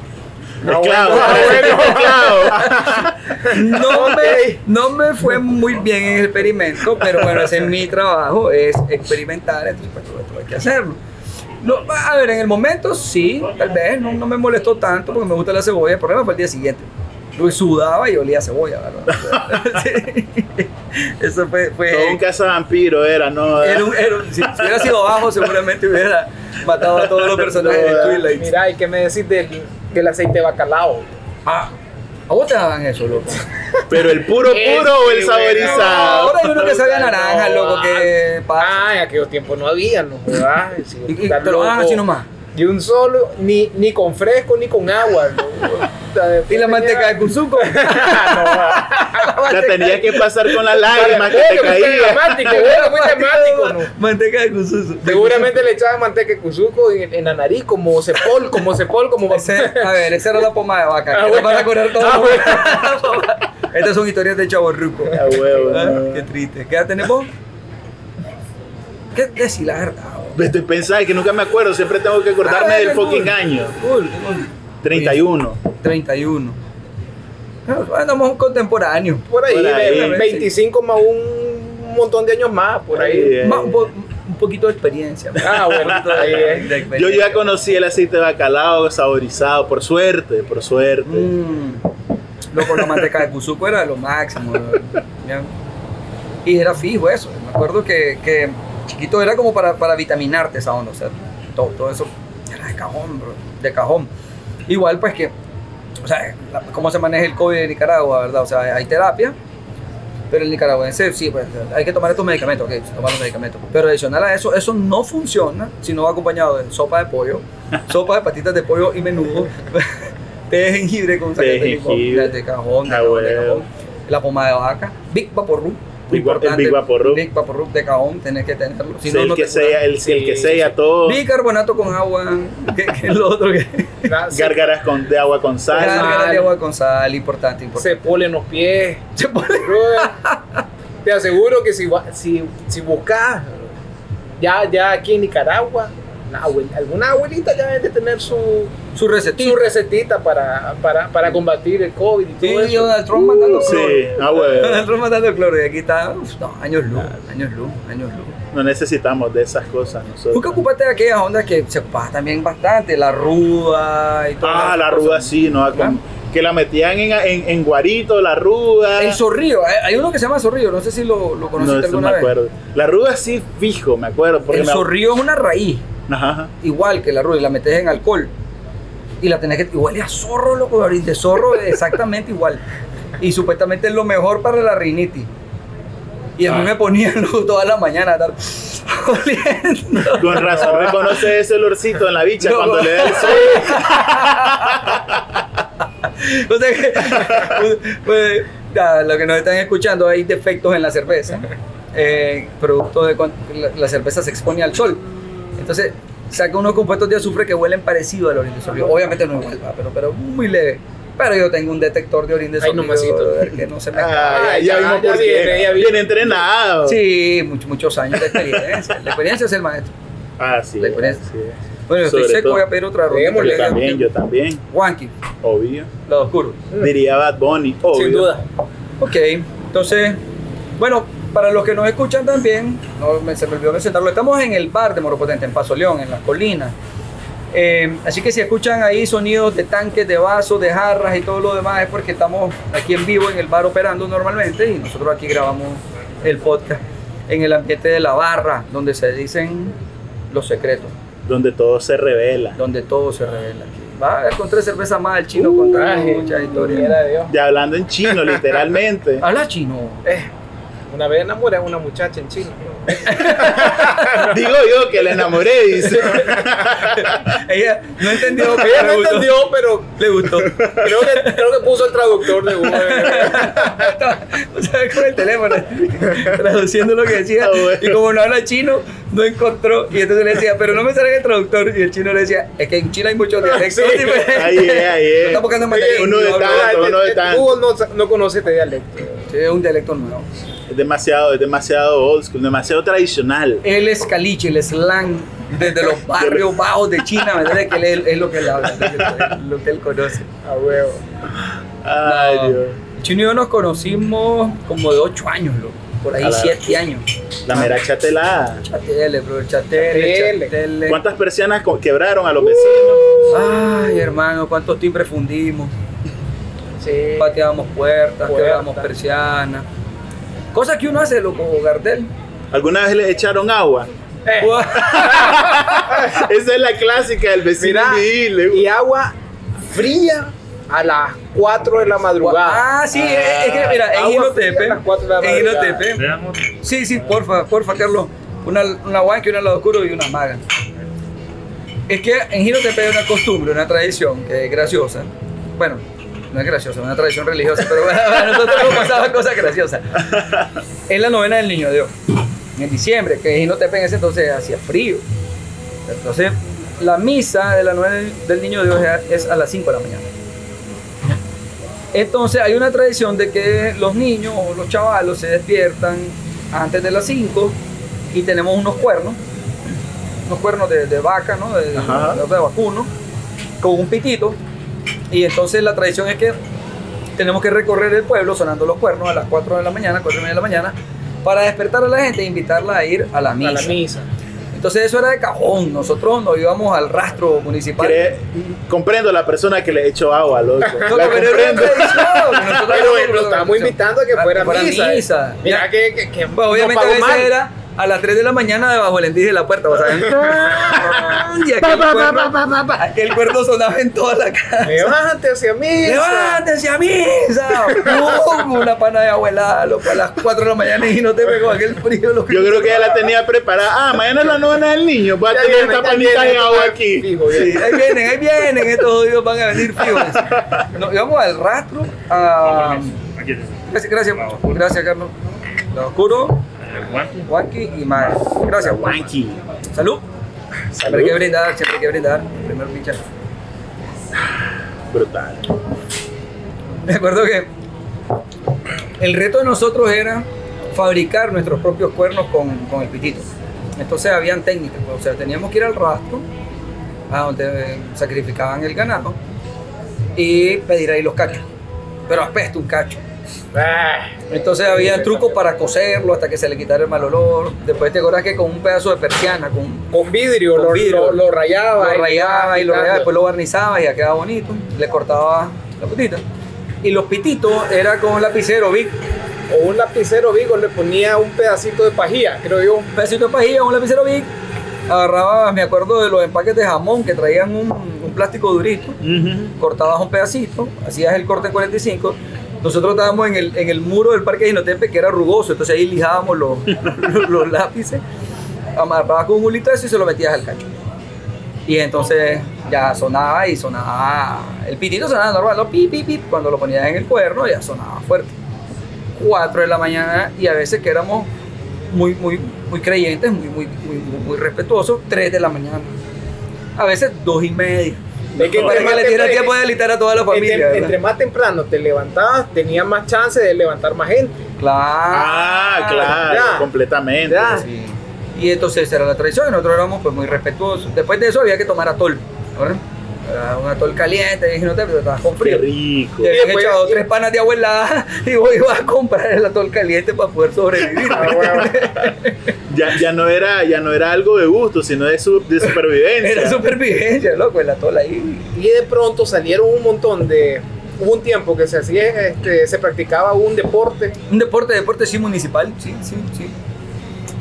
[SPEAKER 2] Esclavo,
[SPEAKER 3] Ah, bueno.
[SPEAKER 1] (laughs)
[SPEAKER 2] esclavo.
[SPEAKER 1] No me,
[SPEAKER 3] (laughs) Ok.
[SPEAKER 1] no me fue muy bien en el experimento, pero bueno, ese es mi trabajo, es experimentar, entonces pues tuve- tuve que hacerlo. No, a ver, en el momento sí, tal vez no, no me molestó tanto porque me gusta la cebolla, el problema fue el día siguiente. Yo sudaba y olía a cebolla, ¿verdad?
[SPEAKER 3] (laughs)
[SPEAKER 1] O sea, sí. Eso fue... fue
[SPEAKER 2] Todo un cazavampiro era, ¿no?
[SPEAKER 1] era un- era un- si, si hubiera sido abajo seguramente hubiera, matado a todos los personajes de Twilight.
[SPEAKER 3] Mira, ¿y qué me decís del, del aceite de bacalao?
[SPEAKER 1] Ah, ¿a vos te daban eso, loco?
[SPEAKER 2] Pero el puro
[SPEAKER 3] Este,
[SPEAKER 2] puro o el
[SPEAKER 3] güey,
[SPEAKER 2] saborizado.
[SPEAKER 1] Ahora hay uno que sabe a naranja, loco, que pasa.
[SPEAKER 3] Ah, en aquellos tiempos no había, ¿no?
[SPEAKER 1] (laughs)
[SPEAKER 3] ¿verdad? Sí,
[SPEAKER 1] Y, y
[SPEAKER 3] está
[SPEAKER 1] te lo daban
[SPEAKER 3] loco.
[SPEAKER 1] así nomás.
[SPEAKER 3] Y un solo, ni, ni con fresco, ni con agua. ¿no?
[SPEAKER 1] Y la manteca de cuzuco.
[SPEAKER 2] La tenías que pasar con las lágrimas que te
[SPEAKER 3] Coño, que fue
[SPEAKER 2] caía.
[SPEAKER 3] dramático, bueno,
[SPEAKER 1] (laughs)
[SPEAKER 3] fue dramático, ¿no?
[SPEAKER 1] Manteca de cuzuco.
[SPEAKER 3] Seguramente le echaban manteca de cuzuco en, en la nariz, como cepol, como cepol, como
[SPEAKER 1] Ese- a ver, esa era la pomada de vaca.
[SPEAKER 3] Ah,
[SPEAKER 1] Que le
[SPEAKER 3] bueno.
[SPEAKER 1] van a correr todo.
[SPEAKER 3] Ah,
[SPEAKER 1] (laughs) Estas son historias de Chavo Ruco.
[SPEAKER 2] A huevo,
[SPEAKER 1] Ah,
[SPEAKER 2] no.
[SPEAKER 1] Qué triste. ¿Qué edad tenemos? ¿Qué decir la verdad? bo.
[SPEAKER 2] Vete a pensar que nunca me acuerdo, siempre tengo que acordarme
[SPEAKER 1] Ah,
[SPEAKER 2] del
[SPEAKER 1] cool.
[SPEAKER 2] fucking año.
[SPEAKER 1] Cool, cool.
[SPEAKER 2] 31.
[SPEAKER 1] 31. Ah, Andamos un contemporáneo.
[SPEAKER 3] Por ahí,
[SPEAKER 2] Por ahí.
[SPEAKER 3] ve- 25 más un montón de años más, por ahí.
[SPEAKER 2] Ahí, eh.
[SPEAKER 1] Ma- un, po- un poquito de experiencia. bo.
[SPEAKER 3] Ah,
[SPEAKER 1] (laughs)
[SPEAKER 3] bueno, ahí, eh.
[SPEAKER 1] De
[SPEAKER 2] Yo
[SPEAKER 1] experiencia.
[SPEAKER 2] ya conocí el aceite de bacalao saborizado, por suerte, por suerte.
[SPEAKER 1] Mm. Loco, la manteca de cuzuco era lo máximo. bro. Ya. Y era fijo eso. Me acuerdo que, que chiquito era como para, para vitaminarte esa onda. O sea, todo, todo eso era de cajón, bro, De cajón. Igual, pues que, o sea, la- cómo se maneja el COVID en Nicaragua, ¿verdad? O sea, hay terapia. Pero el nicaragüense, sí, pues hay que tomar estos medicamentos, ok, se toman los medicamentos. Pero adicional a eso, eso no funciona si no va acompañado de sopa de pollo, sopa de patitas de pollo y menudo, (laughs) té de jengibre con
[SPEAKER 2] Té
[SPEAKER 1] sacate
[SPEAKER 2] de
[SPEAKER 1] de limón,
[SPEAKER 2] jengibre.
[SPEAKER 1] de cajón, de
[SPEAKER 2] Ah,
[SPEAKER 1] cajón, de
[SPEAKER 2] huevo.
[SPEAKER 1] cajón, la pomada de vaca, Big Vaporub.
[SPEAKER 2] Big Va- el Big Vaporub.
[SPEAKER 1] Big Vaporub de cajón, tenés que tenerlo. Si
[SPEAKER 2] Si
[SPEAKER 1] no,
[SPEAKER 2] el,
[SPEAKER 1] no
[SPEAKER 2] que
[SPEAKER 1] te curas.
[SPEAKER 2] sea, el, el
[SPEAKER 3] Sí,
[SPEAKER 2] que sea todo,
[SPEAKER 1] Bicarbonato con agua, (laughs) que, que es lo otro que.
[SPEAKER 3] La- se-
[SPEAKER 2] gárgaras con, de agua con sal.
[SPEAKER 3] Gárgaras.
[SPEAKER 1] Cargar de agua con sal, importante, importante.
[SPEAKER 3] Cepol en los pies.
[SPEAKER 1] Se pone- (laughs)
[SPEAKER 3] Bro, Te aseguro que si, va- si, si buscas ya, ya aquí en Nicaragua, una abuel- alguna abuelita ya debe de tener su,
[SPEAKER 1] Su recetita.
[SPEAKER 3] su recetita para, para, para combatir el COVID y
[SPEAKER 1] Sí,
[SPEAKER 3] todo eso.
[SPEAKER 1] Donald Trump mandando cloro.
[SPEAKER 2] Sí, ah,
[SPEAKER 1] Donald
[SPEAKER 2] bueno,
[SPEAKER 1] Trump mandando cloro. Y aquí está, uf, no, años luz, años luz, años luz.
[SPEAKER 2] no necesitamos de esas cosas
[SPEAKER 1] Tú que
[SPEAKER 2] nosotros.
[SPEAKER 1] ocupaste de aquellas ondas que se ocupaban también bastante, la ruda y todo.
[SPEAKER 2] Ah, la ruda sí, no, Con- que la metían en, en, en guarito, la ruda.
[SPEAKER 1] El zorrillo, eh, hay- hay uno que se llama zorrillo, no sé si lo, lo
[SPEAKER 2] No,
[SPEAKER 1] conociste
[SPEAKER 2] eso me
[SPEAKER 1] alguna vez.
[SPEAKER 2] acuerdo. La ruda sí fijo, me acuerdo. Porque
[SPEAKER 1] El
[SPEAKER 2] me-
[SPEAKER 1] zorrillo es una raíz,
[SPEAKER 2] Ajá, ajá.
[SPEAKER 1] igual que la ruda, y la metes en alcohol. Y la tenés que. Y huele a zorro, loco, y de zorro (laughs) exactamente igual. Y supuestamente es lo mejor para la rinitis. Y a mí
[SPEAKER 2] Ah.
[SPEAKER 1] me ponían (laughs) loco, toda la mañana a estar (laughs) oliendo.
[SPEAKER 2] Con razón, reconoce ese olorcito en la bicha
[SPEAKER 1] No.
[SPEAKER 2] cuando le da el sol.
[SPEAKER 1] (laughs) O sea que, pues, pues, nada, lo que nos están escuchando, hay defectos en la cerveza, eh, producto de cuan- la, la cerveza se expone al sol. Entonces, saca unos compuestos de azufre que huelen parecido al orín de solio. Obviamente no igual, va, pero, pero muy leve. Pero yo tengo un detector de orín de
[SPEAKER 3] Ay,
[SPEAKER 1] solio
[SPEAKER 3] nomasito.
[SPEAKER 1] brother, que no se me acaba.
[SPEAKER 2] Ah,
[SPEAKER 3] Ay,
[SPEAKER 2] ya,
[SPEAKER 3] ya,
[SPEAKER 2] vimos
[SPEAKER 3] ya
[SPEAKER 2] por
[SPEAKER 3] viene,
[SPEAKER 2] qué.
[SPEAKER 3] ya viene.
[SPEAKER 2] Bien entrenado.
[SPEAKER 1] Sí, muchos, muchos años de experiencia. La experiencia es el maestro.
[SPEAKER 2] Ah, sí.
[SPEAKER 1] La experiencia.
[SPEAKER 2] sí.
[SPEAKER 1] Bueno, yo estoy
[SPEAKER 2] Sobre
[SPEAKER 1] seco,
[SPEAKER 2] todo.
[SPEAKER 1] voy a pedir otra ronda.
[SPEAKER 3] Démosle,
[SPEAKER 2] Yo también, yo también.
[SPEAKER 1] Juanqui,
[SPEAKER 2] Obvio.
[SPEAKER 1] lo oscuro.
[SPEAKER 2] Diría Bad Bunny. Obvio.
[SPEAKER 3] Sin duda.
[SPEAKER 1] Ok, entonces, bueno, para los que nos escuchan también, no, me- se me olvidó mencionarlo, estamos en el bar de Moropotente, en Paso León, en las colinas. Eh, así que si escuchan ahí sonidos de tanques, de vasos, de jarras y todo lo demás, es porque estamos aquí en vivo en el bar operando normalmente y nosotros aquí grabamos el podcast en el ambiente de la barra, donde se dicen los secretos,
[SPEAKER 2] Donde todo se revela.
[SPEAKER 1] donde todo se revela. Va, con tres cervezas más el chino contando
[SPEAKER 3] Uh, Ay,
[SPEAKER 1] muchas
[SPEAKER 3] mira
[SPEAKER 1] historias.
[SPEAKER 3] de Dios.
[SPEAKER 2] Ya hablando en chino,
[SPEAKER 1] (laughs)
[SPEAKER 2] literalmente.
[SPEAKER 1] Habla chino.
[SPEAKER 3] Eh, una vez enamoré a una muchacha
[SPEAKER 1] (laughs)
[SPEAKER 3] en China.
[SPEAKER 2] Digo yo que la enamoré, dice.
[SPEAKER 1] Ella no entendió,
[SPEAKER 3] Ella (laughs) no entendió, pero
[SPEAKER 1] Le
[SPEAKER 2] (laughs)
[SPEAKER 1] gustó. (laughs)
[SPEAKER 3] creo que, creo que puso el traductor de Google.
[SPEAKER 1] o sea, con el teléfono, traduciendo lo que decía.
[SPEAKER 2] Ah, bueno.
[SPEAKER 1] Y como no habla chino, no encontró. Y entonces le decía, pero no me salga el traductor. Y el chino le decía, es que en China hay muchos dialectos. (laughs)
[SPEAKER 3] sí.
[SPEAKER 1] diferentes".
[SPEAKER 2] Ah, Ahí es, ahí es.
[SPEAKER 1] Está buscando en mandarín,
[SPEAKER 2] Uno de
[SPEAKER 1] no habla-
[SPEAKER 2] tanto, uno de tanto.
[SPEAKER 3] Google no, sa- no conoce este dialecto.
[SPEAKER 1] Sí, es un dialecto nuevo.
[SPEAKER 2] Es demasiado, es demasiado old school, demasiado tradicional.
[SPEAKER 3] Eh,
[SPEAKER 1] El escaliche, el slang desde
[SPEAKER 2] (laughs)
[SPEAKER 1] los barrios bajos de China, ¿me entiendes? Que él- es lo que él habla, es lo que- es lo que él conoce.
[SPEAKER 3] A huevo.
[SPEAKER 2] Ay,
[SPEAKER 1] No.
[SPEAKER 2] Dios.
[SPEAKER 1] El chino y yo nos conocimos como de 8 años, loco. Por ahí
[SPEAKER 2] A la-
[SPEAKER 1] 7 años.
[SPEAKER 2] La mera chatelada.
[SPEAKER 1] Chatele, bro, chatele,
[SPEAKER 3] Chatele.
[SPEAKER 1] chatele.
[SPEAKER 2] ¿Cuántas persianas co- quebraron a los vecinos?
[SPEAKER 1] Ay, hermano, cuántos timbres fundimos.
[SPEAKER 3] Sí.
[SPEAKER 1] Pateábamos puertas,
[SPEAKER 3] Puertas.
[SPEAKER 1] quebrábamos persianas. Cosas que uno hace, loco, Gardel.
[SPEAKER 3] (laughs)
[SPEAKER 2] ¿Alguna vez les echaron agua?
[SPEAKER 3] Eh,
[SPEAKER 2] Esa es la clásica del vecino
[SPEAKER 3] Mira,
[SPEAKER 2] invisible. güey.
[SPEAKER 3] y agua fría a las 4 de la madrugada.
[SPEAKER 1] Ah, sí, es es que mira, en
[SPEAKER 3] Agua
[SPEAKER 1] Inotepe,
[SPEAKER 3] fría a las cuatro de la
[SPEAKER 1] en
[SPEAKER 3] madrugada.
[SPEAKER 1] Inotepe,
[SPEAKER 4] Veamos.
[SPEAKER 1] sí, sí, porfa, porfa, Carlos, una, una guanca, una lado oscuro y una maga. Es que en Inotepe hay una costumbre, una tradición que es graciosa, bueno, no es graciosa, es una tradición religiosa, pero bueno, (laughs) a nosotros nos pasaban cosas graciosas. Es la novena del Niño Dios, en diciembre, que en Inotepe en ese entonces hacía frío. Entonces, la misa de la novena del Niño Dios es a las 5 de la mañana. Entonces hay una tradición de que los niños o los chavalos se despiertan antes de las 5 y tenemos unos cuernos, unos cuernos de, de vaca, ¿no? De, de-
[SPEAKER 2] Ajá.
[SPEAKER 1] de vacuno, con un pitito. Y entonces la tradición es que tenemos que recorrer el pueblo sonando los cuernos a las 4 de la mañana, 4 y media de la mañana, para despertar a la gente e invitarla a ir a la
[SPEAKER 3] a
[SPEAKER 1] misa.
[SPEAKER 3] la misa.
[SPEAKER 1] Entonces eso era de cajón, nosotros nos íbamos al rastro municipal.
[SPEAKER 2] Cre- comprendo la persona que le echó agua,
[SPEAKER 3] (laughs)
[SPEAKER 2] loco.
[SPEAKER 1] No,
[SPEAKER 2] La
[SPEAKER 1] pero era una
[SPEAKER 2] comprendo.
[SPEAKER 1] tradición, nosotros
[SPEAKER 3] Pero
[SPEAKER 1] íbamos
[SPEAKER 3] bueno,
[SPEAKER 1] por-
[SPEAKER 3] estamos invitando a que fuera misa.
[SPEAKER 1] Ah, misa.
[SPEAKER 3] Mira que, que, que
[SPEAKER 1] Bueno,
[SPEAKER 3] nos
[SPEAKER 1] obviamente a
[SPEAKER 3] pagó
[SPEAKER 1] veces
[SPEAKER 3] mal.
[SPEAKER 1] era a las 3 de la mañana debajo del endije de la puerta, o
[SPEAKER 3] (laughs)
[SPEAKER 1] sea, y aquel cuerno, aquel cuerno sonaba en toda la casa.
[SPEAKER 3] Levántate hacia misa.
[SPEAKER 1] ¡Levántense a misa! ¡Pum! Una pana de abuela, loco, a las 4 de la mañana y no te pegó aquel frío. loco.
[SPEAKER 2] Yo creo que ella la tenía preparada. Ah, mañana es la novena del niño. Voy a
[SPEAKER 3] Ya
[SPEAKER 2] tener
[SPEAKER 3] viene, ya
[SPEAKER 2] esta panita
[SPEAKER 3] viene,
[SPEAKER 2] en agua
[SPEAKER 3] ya-
[SPEAKER 2] aquí.
[SPEAKER 3] fijo, ya.
[SPEAKER 1] Sí, ahí vienen, ahí vienen, estos jodidos van a venir fríos. Nos íbamos al rastro a...
[SPEAKER 4] Aquí está.
[SPEAKER 1] Gracias, gracias, mucho. gracias, Carlos. Lo oscuro,
[SPEAKER 4] El guante.
[SPEAKER 1] Wanky y Mae. Gracias, Wanky.
[SPEAKER 2] Wanky.
[SPEAKER 1] Salud. Siempre hay que brindar, siempre hay que brindar. Primero pincha.
[SPEAKER 2] Brutal.
[SPEAKER 1] Me acuerdo que el reto de nosotros era fabricar nuestros propios cuernos con, con el pitito. Entonces habían técnicas, pues, o sea, teníamos que ir al rastro, a donde eh, sacrificaban el ganado, y pedir ahí los cachos. Pero apesta un cacho.
[SPEAKER 3] Ah,
[SPEAKER 1] Entonces había trucos para coserlo hasta que se le quitara el mal olor. Después te acuerdas que con un pedazo de persiana, con un
[SPEAKER 3] Con vidrio,
[SPEAKER 1] Con
[SPEAKER 3] lo,
[SPEAKER 1] vidrio.
[SPEAKER 3] Lo, lo rayaba.
[SPEAKER 1] lo rayaba y lo rayaba, después
[SPEAKER 3] quitando.
[SPEAKER 1] lo barnizaba y ya quedaba bonito. Le cortaba la putita. Y los pititos era con un lapicero, Vic.
[SPEAKER 3] O un lapicero Vigo le ponía un pedacito de pajía, creo yo.
[SPEAKER 1] Un pedacito de pajilla, un lapicero Vic. Agarrabas, me acuerdo de los empaques de jamón que traían un, un plástico durito. Cortabas un pedacito, hacías el corte en 45. Nosotros estábamos en el, en el muro del parque de Ginotepe que era rugoso, entonces ahí lijábamos los, (laughs) los, los lápices, amarrabas con un hulito eso y se lo metías al cacho. Y entonces ya sonaba y sonaba. El pitito sonaba normal, ¿no? Pi, pi, pi. Cuando lo ponías en el cuerno ya sonaba fuerte. 4 de la mañana y a veces que éramos muy, muy, muy creyentes, muy, muy, muy, muy, muy respetuosos, 3 de la mañana. A veces 2 y media.
[SPEAKER 3] Es que
[SPEAKER 1] para que
[SPEAKER 3] entre más
[SPEAKER 1] le diera
[SPEAKER 3] temprano-
[SPEAKER 1] tiempo de delitar a toda la familia.
[SPEAKER 3] entre,
[SPEAKER 1] ¿verdad?
[SPEAKER 3] entre más temprano te levantabas, tenías más chance de levantar más gente.
[SPEAKER 1] Claro.
[SPEAKER 2] Ah, claro.
[SPEAKER 3] ya.
[SPEAKER 2] Completamente.
[SPEAKER 3] Ya.
[SPEAKER 1] Sí. Y entonces esa era la traición y nosotros éramos pues muy respetuosos. Después de eso había que tomar atol. ¿verdad? Era Un atol caliente, dije, no te pero estabas con
[SPEAKER 2] Qué
[SPEAKER 1] frío.
[SPEAKER 2] rico.
[SPEAKER 1] Te habían
[SPEAKER 3] después-
[SPEAKER 1] echado tres panas de abuela (laughs) y vos ibas a comprar el atol caliente para poder sobrevivir.
[SPEAKER 3] Ah,
[SPEAKER 1] (laughs)
[SPEAKER 3] bueno.
[SPEAKER 2] Ya, ya, no era, ya no era algo de gusto, sino de, su- de supervivencia.
[SPEAKER 1] Era supervivencia, loco, el atol ahí.
[SPEAKER 3] y de pronto salieron un montón de hubo un tiempo que se hacía este, se practicaba un deporte
[SPEAKER 1] Un deporte, deporte sí municipal, sí, sí, sí.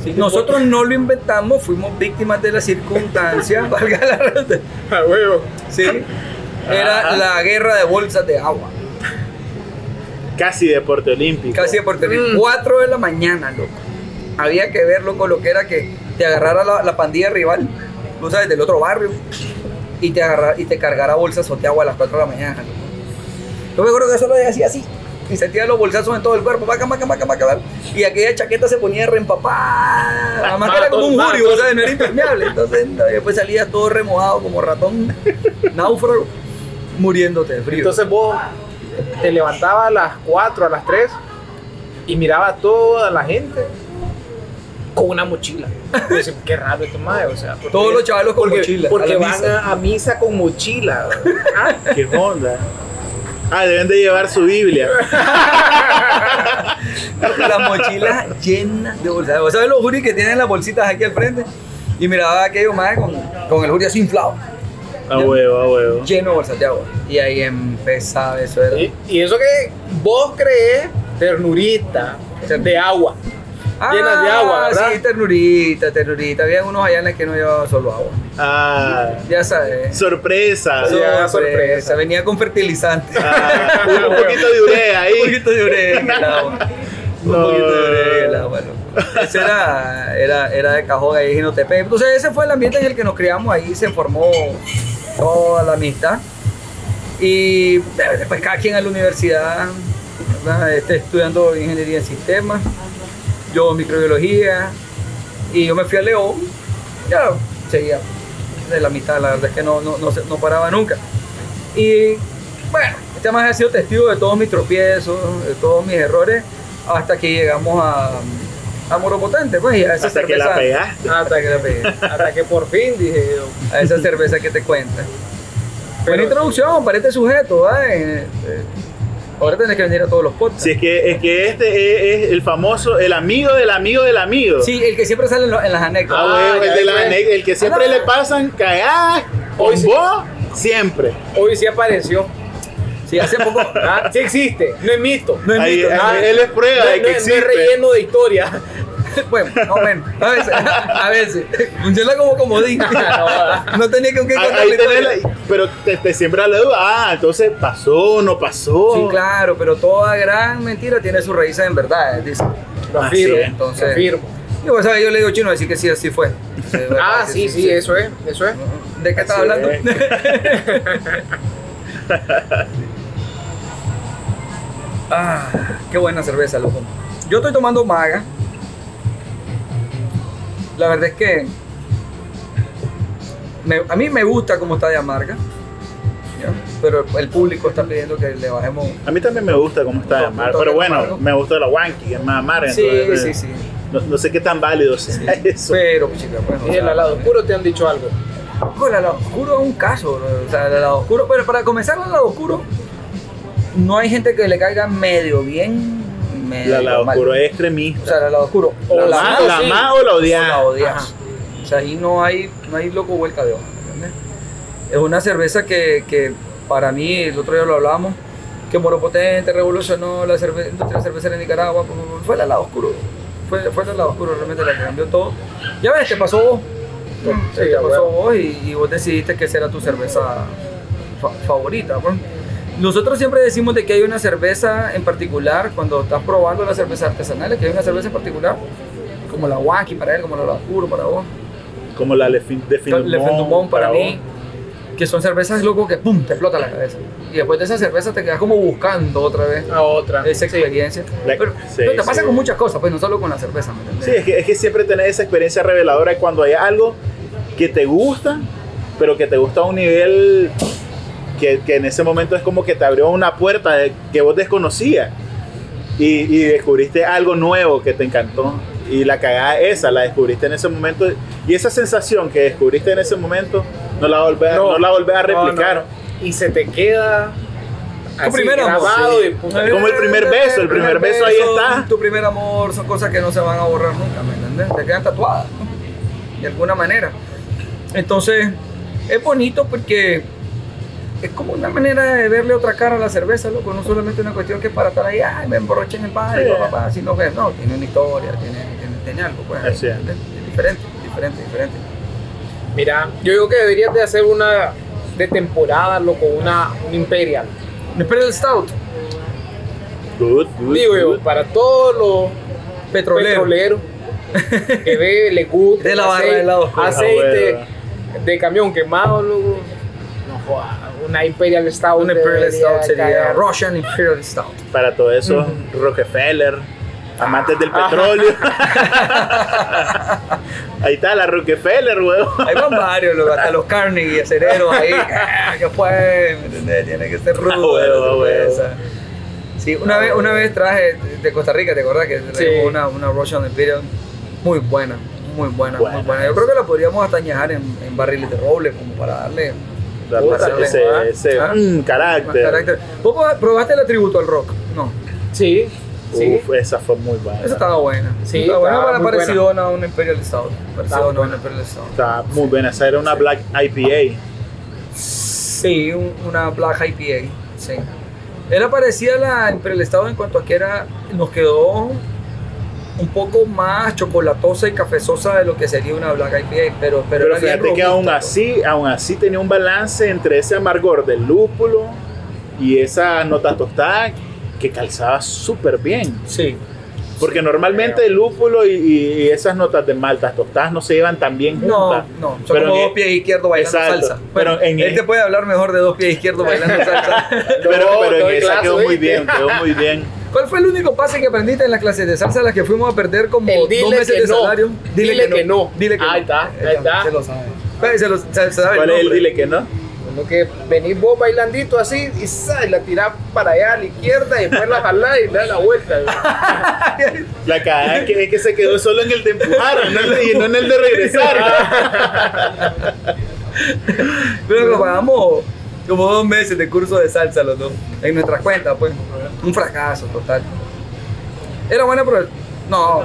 [SPEAKER 3] Sí, (laughs)
[SPEAKER 1] Nosotros no lo inventamos, fuimos víctimas de la circunstancia, (laughs) valga la redundancia.
[SPEAKER 3] a Ah, huevo
[SPEAKER 1] Sí. Era
[SPEAKER 2] Ajá.
[SPEAKER 1] la guerra de bolsas de agua.
[SPEAKER 2] Casi deporte olímpico.
[SPEAKER 1] Casi por tener
[SPEAKER 3] Mm.
[SPEAKER 1] 4 de la mañana, loco. Había que ver, loco, lo que era que te agarrara la, la pandilla rival, tú sabes, del otro barrio, y te agarra, y te cargara bolsazos de agua a las 4 de la mañana, loco. Yo me acuerdo que eso lo hacía así. Y sentía los bolsazos en todo el cuerpo, vaca, vaca, vaca, vaca, vaca. Y aquella chaqueta se ponía reempapada. Además que era como un
[SPEAKER 2] Ratón,
[SPEAKER 1] jurio, o sea, no era impermeable. Entonces, no, y después salías todo remojado como ratón, (laughs) náufrago, muriéndote de frío.
[SPEAKER 3] entonces vos te levantabas a las 4 a las 3 y miraba a toda la gente con una mochila Yo decía, qué raro esto madre o sea ¿por qué-
[SPEAKER 1] Todos los chavalos con
[SPEAKER 3] porque,
[SPEAKER 1] mochila,
[SPEAKER 3] porque
[SPEAKER 1] a la
[SPEAKER 3] van
[SPEAKER 1] misa.
[SPEAKER 3] A, a misa con mochila
[SPEAKER 1] (laughs)
[SPEAKER 3] ¿verdad?
[SPEAKER 2] ¿Qué onda? Ah, deben de llevar su Biblia.
[SPEAKER 1] las mochilas llenas de bolsas. ¿Vos sabés los juris que tienen las bolsitas aquí al frente? Y miraba aquello más con, con el juris así inflado,
[SPEAKER 2] A huevo, a huevo.
[SPEAKER 1] lleno de bolsas de agua. Y ahí empezaba eso. Era.
[SPEAKER 3] Y, y eso que vos crees ternurita de agua. llenas de agua, ¿verdad?
[SPEAKER 1] Ah, Sí, ternurita, ternurita. Habían unos allá en los que no llevaban solo agua.
[SPEAKER 2] Ah,
[SPEAKER 1] Ya sabes.
[SPEAKER 2] sorpresa.
[SPEAKER 3] Sí.
[SPEAKER 1] sorpresa.
[SPEAKER 3] ya, sorpresa.
[SPEAKER 1] Venía con fertilizante.
[SPEAKER 2] Ah, un poquito de urea ahí.
[SPEAKER 1] Un poquito de urea en el agua. Un
[SPEAKER 2] No.
[SPEAKER 1] poquito de urea en el agua, loco. Ese era, era, era de cajón ahí en Jinotepec. Entonces ese fue el ambiente en el que nos criamos ahí, se formó toda la amistad. Y eh, después cada quien a la universidad, ¿verdad? Este, estudiando ingeniería en sistemas, yo microbiología, y yo me fui a León, ya seguía de la amistad, la verdad es que no, no, no, se- no paraba nunca. Y bueno, este más ha sido testigo de todos mis tropiezos, de todos mis errores, hasta que llegamos a, a Moropotente, pues, y a esa
[SPEAKER 2] Hasta que
[SPEAKER 1] cerveza.
[SPEAKER 2] la pegaste.
[SPEAKER 1] Hasta que la pegué.
[SPEAKER 3] Hasta que por fin dije yo.
[SPEAKER 1] A
[SPEAKER 2] (laughs)
[SPEAKER 1] esa cerveza que te cuenta.
[SPEAKER 3] Pero-
[SPEAKER 1] Buena introducción para este sujeto, ¿va? Eh, eh, ahora tenés que venir a todos los podcasts.
[SPEAKER 2] Si es que, es que este es, es el famoso, el amigo del amigo del amigo.
[SPEAKER 1] Sí, el que siempre sale en, lo- en las
[SPEAKER 2] Ah,
[SPEAKER 1] anécdotas.
[SPEAKER 2] huevo,
[SPEAKER 3] ya
[SPEAKER 2] el, de la
[SPEAKER 3] ves.
[SPEAKER 2] ane- el que siempre
[SPEAKER 1] Ah.
[SPEAKER 2] le pasan cagadas
[SPEAKER 3] Hoy
[SPEAKER 2] con
[SPEAKER 3] sí.
[SPEAKER 2] vos, siempre.
[SPEAKER 3] Hoy sí apareció.
[SPEAKER 1] Sí, hace poco.
[SPEAKER 3] Ah, Sí existe, no es mito.
[SPEAKER 1] No es
[SPEAKER 2] Ahí-
[SPEAKER 1] mito,
[SPEAKER 2] ahí-
[SPEAKER 1] nada.
[SPEAKER 2] él es prueba
[SPEAKER 3] No-
[SPEAKER 2] de
[SPEAKER 3] no
[SPEAKER 2] que
[SPEAKER 3] es- no
[SPEAKER 2] existe.
[SPEAKER 3] es relleno de historia.
[SPEAKER 1] (laughs) Bueno, no, bueno, a veces, a veces. Funciona como
[SPEAKER 3] (laughs)
[SPEAKER 1] comodín. No tenía con qué
[SPEAKER 2] Ah,
[SPEAKER 1] contar
[SPEAKER 2] ahí
[SPEAKER 1] la
[SPEAKER 2] tenés
[SPEAKER 1] historia.
[SPEAKER 2] la- pero te, te siembra la duda. Ah, entonces pasó, no pasó.
[SPEAKER 1] Sí, claro, pero toda gran mentira tiene sus raíces en verdad, dice.
[SPEAKER 3] (laughs) Lo
[SPEAKER 2] Así
[SPEAKER 3] afirmo, lo
[SPEAKER 2] es.
[SPEAKER 1] Entonces-
[SPEAKER 3] afirmo.
[SPEAKER 1] Y vos sabés, yo le digo chino, así que sí, así fue. Entonces,
[SPEAKER 3] Ah,
[SPEAKER 1] ¿verdad?
[SPEAKER 3] sí, sí, eso es, eso es.
[SPEAKER 1] ¿De qué estás
[SPEAKER 3] Así
[SPEAKER 1] hablando? (laughs) ah, qué buena cerveza, loco. Yo estoy tomando maga. La verdad es que me- a mí me gusta cómo está de amarga. ¿ya? Pero el público está pidiendo que le bajemos.
[SPEAKER 2] A mí también me gusta cómo está
[SPEAKER 1] Un
[SPEAKER 2] de mar,
[SPEAKER 1] toque
[SPEAKER 2] pero
[SPEAKER 1] de
[SPEAKER 2] bueno,
[SPEAKER 1] amargo.
[SPEAKER 2] me gusta la wanky, que es más amarga.
[SPEAKER 1] Sí,
[SPEAKER 2] entonces,
[SPEAKER 1] sí,
[SPEAKER 2] eh,
[SPEAKER 1] sí.
[SPEAKER 2] No, no sé qué tan válido sea (laughs) eso.
[SPEAKER 1] Pero, chica, pues. o
[SPEAKER 3] Y el
[SPEAKER 1] sea,
[SPEAKER 3] alado oscuro te han dicho algo.
[SPEAKER 1] Con el lado oscuro es un caso, bro. o sea, el lado oscuro, pero para comenzar el lado oscuro, no hay gente que le caiga medio bien, medio
[SPEAKER 2] la lado
[SPEAKER 1] mal.
[SPEAKER 2] oscuro es
[SPEAKER 1] O
[SPEAKER 2] extremista.
[SPEAKER 1] sea, el lado oscuro, o
[SPEAKER 2] la
[SPEAKER 1] la,
[SPEAKER 2] más,
[SPEAKER 1] amas
[SPEAKER 2] la
[SPEAKER 1] o
[SPEAKER 2] más o la odias.
[SPEAKER 1] la odias.
[SPEAKER 3] Ajá.
[SPEAKER 1] O sea, ahí no hay, no hay loco vuelta de hoja, ¿entiendes? Es una cerveza que, que para mí, el otro día lo hablamos, que Moropotente revolucionó la cerve- industria cervecera en Nicaragua, pum, pum, pum. fue el lado oscuro, fue, fue el lado oscuro realmente la que cambió todo. Ya ves, te pasó vos.
[SPEAKER 3] Mm, Sí,
[SPEAKER 1] Te
[SPEAKER 3] ya,
[SPEAKER 1] pasó
[SPEAKER 3] bueno.
[SPEAKER 1] vos y, y vos decidiste que esa era tu cerveza fa- favorita. pues. Nosotros siempre decimos de que hay una cerveza en particular, cuando estás probando las cervezas artesanales, que hay una cerveza en particular, como la Wacky para él, como la Oscuro para vos,
[SPEAKER 2] como la Lefin- de Finumón,
[SPEAKER 1] Le Fentumón para
[SPEAKER 2] vos.
[SPEAKER 1] mí, que son cervezas loco que pum, te explota la cabeza. Y después de esa cerveza te quedas como buscando otra vez
[SPEAKER 3] A otra.
[SPEAKER 1] esa experiencia.
[SPEAKER 2] La-
[SPEAKER 1] pero,
[SPEAKER 2] sí,
[SPEAKER 1] pero te pasa
[SPEAKER 2] sí.
[SPEAKER 1] con muchas cosas, pues no solo con la cerveza. ¿me entendés?
[SPEAKER 2] Sí, es que, es que siempre tenés esa experiencia reveladora cuando hay algo que te gusta, pero que te gusta a un nivel que, que en ese momento es como que te abrió una puerta de- que vos desconocías y, y descubriste algo nuevo que te encantó. Y la cagada esa la descubriste en ese momento y esa sensación que descubriste en ese momento no la volvés, no,
[SPEAKER 3] No.
[SPEAKER 2] la volvés a
[SPEAKER 3] No, no,
[SPEAKER 2] replicar.
[SPEAKER 3] no. Y se te queda así
[SPEAKER 1] primer amor.
[SPEAKER 3] grabado
[SPEAKER 2] Sí.
[SPEAKER 3] y puta.
[SPEAKER 2] Como el primer beso, el primer beso ahí está.
[SPEAKER 1] Tu primer amor son cosas que no se van a borrar nunca, ¿me entiendes? Te quedan tatuadas, ¿no? de alguna manera. Entonces, es bonito porque es como una manera de verle otra cara a la cerveza, loco. No solamente una cuestión que para estar ahí, ay, me emborraché en el bar,
[SPEAKER 2] Sí.
[SPEAKER 1] y papá, papá, así no ves. No, tiene una historia, tiene, tiene, tiene algo, pues.
[SPEAKER 2] Así es.
[SPEAKER 1] ¿entiendes? Es diferente, diferente, diferente.
[SPEAKER 3] Mira, yo digo que deberías de hacer una de temporada, loco, una, un Imperial.
[SPEAKER 1] Imperial Stout,
[SPEAKER 2] Good, good,
[SPEAKER 3] Digo yo,
[SPEAKER 2] good.
[SPEAKER 3] para todos los
[SPEAKER 1] petrolero.
[SPEAKER 3] petroleros que ve, le gusta.
[SPEAKER 1] De la
[SPEAKER 3] el
[SPEAKER 1] barra
[SPEAKER 3] aceite-
[SPEAKER 1] del lado oscuro.
[SPEAKER 3] Aceite
[SPEAKER 2] Ah,
[SPEAKER 3] de camión quemado, loco. No joda, una Imperial
[SPEAKER 1] (laughs)
[SPEAKER 3] Stout.
[SPEAKER 1] Un Imperial
[SPEAKER 3] debería
[SPEAKER 1] Stout sería
[SPEAKER 3] caer.
[SPEAKER 1] Russian Imperial Stout.
[SPEAKER 2] Para todos esos Rockefeller, amantes del petróleo.
[SPEAKER 1] (laughs)
[SPEAKER 2] Ahí está la Rockefeller, huevón.
[SPEAKER 1] Ahí van varios, loco, hasta los Carnegie, acereros
[SPEAKER 2] (laughs)
[SPEAKER 1] ahí. Ah, que fue, ¿me entendés? Tiene que ser rudo.
[SPEAKER 2] Ah, huevo,
[SPEAKER 1] la
[SPEAKER 2] huevo. Ah,
[SPEAKER 1] cerveza. Sí, una vez, una vez traje de Costa Rica, ¿te acordás? Que
[SPEAKER 3] Sí.
[SPEAKER 1] traje una, una Russian Imperial muy buena, muy buena,
[SPEAKER 2] Buena.
[SPEAKER 1] muy buena. Yo creo que la podríamos hasta añejar en, en barriles de roble, como para darle
[SPEAKER 2] La
[SPEAKER 1] Puta,
[SPEAKER 2] raza
[SPEAKER 1] la
[SPEAKER 2] que
[SPEAKER 1] verdad.
[SPEAKER 2] ese, ese
[SPEAKER 1] Ah.
[SPEAKER 2] mm,
[SPEAKER 1] más
[SPEAKER 2] carácter.
[SPEAKER 1] carácter. ¿Vos proba- probaste el atributo al rock? No,
[SPEAKER 3] Sí, sí.
[SPEAKER 2] Uf, esa fue muy buena.
[SPEAKER 1] esa estaba buena.
[SPEAKER 3] Sí,
[SPEAKER 1] estaba buena,
[SPEAKER 3] estaba
[SPEAKER 1] para
[SPEAKER 3] muy
[SPEAKER 1] parecido a una Imperial Stout. Parecido a una
[SPEAKER 3] buena.
[SPEAKER 1] Imperial Stout.
[SPEAKER 2] Estaba muy buena. Esa era una Black IPA.
[SPEAKER 1] Ah, Sí, un- una Black IPA, sí. Era parecida a la Imperial Estado en cuanto a que era, nos quedó un poco más chocolatosa y cafezosa de lo que sería una Black IPA, pero, pero,
[SPEAKER 2] Pero
[SPEAKER 1] era bien
[SPEAKER 2] fíjate que
[SPEAKER 1] robusta, pues.
[SPEAKER 2] aún
[SPEAKER 1] ¿no?
[SPEAKER 2] así, aún así tenía un balance entre ese amargor del lúpulo y esa nota tostada que calzaba súper bien.
[SPEAKER 1] Sí,
[SPEAKER 2] Porque normalmente el lúpulo y, y esas notas de maltas tostadas no se llevan tan bien
[SPEAKER 1] no,
[SPEAKER 2] juntas.
[SPEAKER 1] no, son
[SPEAKER 2] Pero
[SPEAKER 1] como
[SPEAKER 2] en- e-
[SPEAKER 1] dos pies izquierdos bailando
[SPEAKER 2] Exacto,
[SPEAKER 1] salsa.
[SPEAKER 2] pero
[SPEAKER 1] Bueno,
[SPEAKER 2] en-
[SPEAKER 1] él te puede hablar mejor de dos pies
[SPEAKER 2] (laughs)
[SPEAKER 1] izquierdos bailando salsa.
[SPEAKER 2] Pero,
[SPEAKER 3] No,
[SPEAKER 2] pero en
[SPEAKER 3] doy
[SPEAKER 2] esa
[SPEAKER 3] clase,
[SPEAKER 2] quedó muy
[SPEAKER 3] ¿oíste?
[SPEAKER 2] bien, quedó muy
[SPEAKER 1] (laughs)
[SPEAKER 2] bien.
[SPEAKER 1] ¿Cuál fue el único pase que aprendiste en las clases de salsa a las que fuimos a perder como
[SPEAKER 3] El dile
[SPEAKER 1] dos meses
[SPEAKER 3] que
[SPEAKER 1] de
[SPEAKER 3] no.
[SPEAKER 1] salario?
[SPEAKER 3] Dile que no.
[SPEAKER 1] Dile que
[SPEAKER 3] Ahí
[SPEAKER 1] no.
[SPEAKER 3] está, ahí está.
[SPEAKER 1] Se lo sabe. Pues, se lo- se- se sabe
[SPEAKER 2] ¿Cuál es el
[SPEAKER 1] nombre.
[SPEAKER 2] dile que no?
[SPEAKER 3] Lo que venís vos bailandito así y, sa, y la tirás para allá a la izquierda y después la jalás y le das la vuelta. güey.
[SPEAKER 2] La cagada es que, es que se quedó solo en el de empujar no en el- y no en el de
[SPEAKER 1] (laughs)
[SPEAKER 2] regresar.
[SPEAKER 1] Pero nos pagamos como dos meses de curso de salsa los dos. En nuestra cuenta, pues. Un fracaso total. Era buena profesora. No,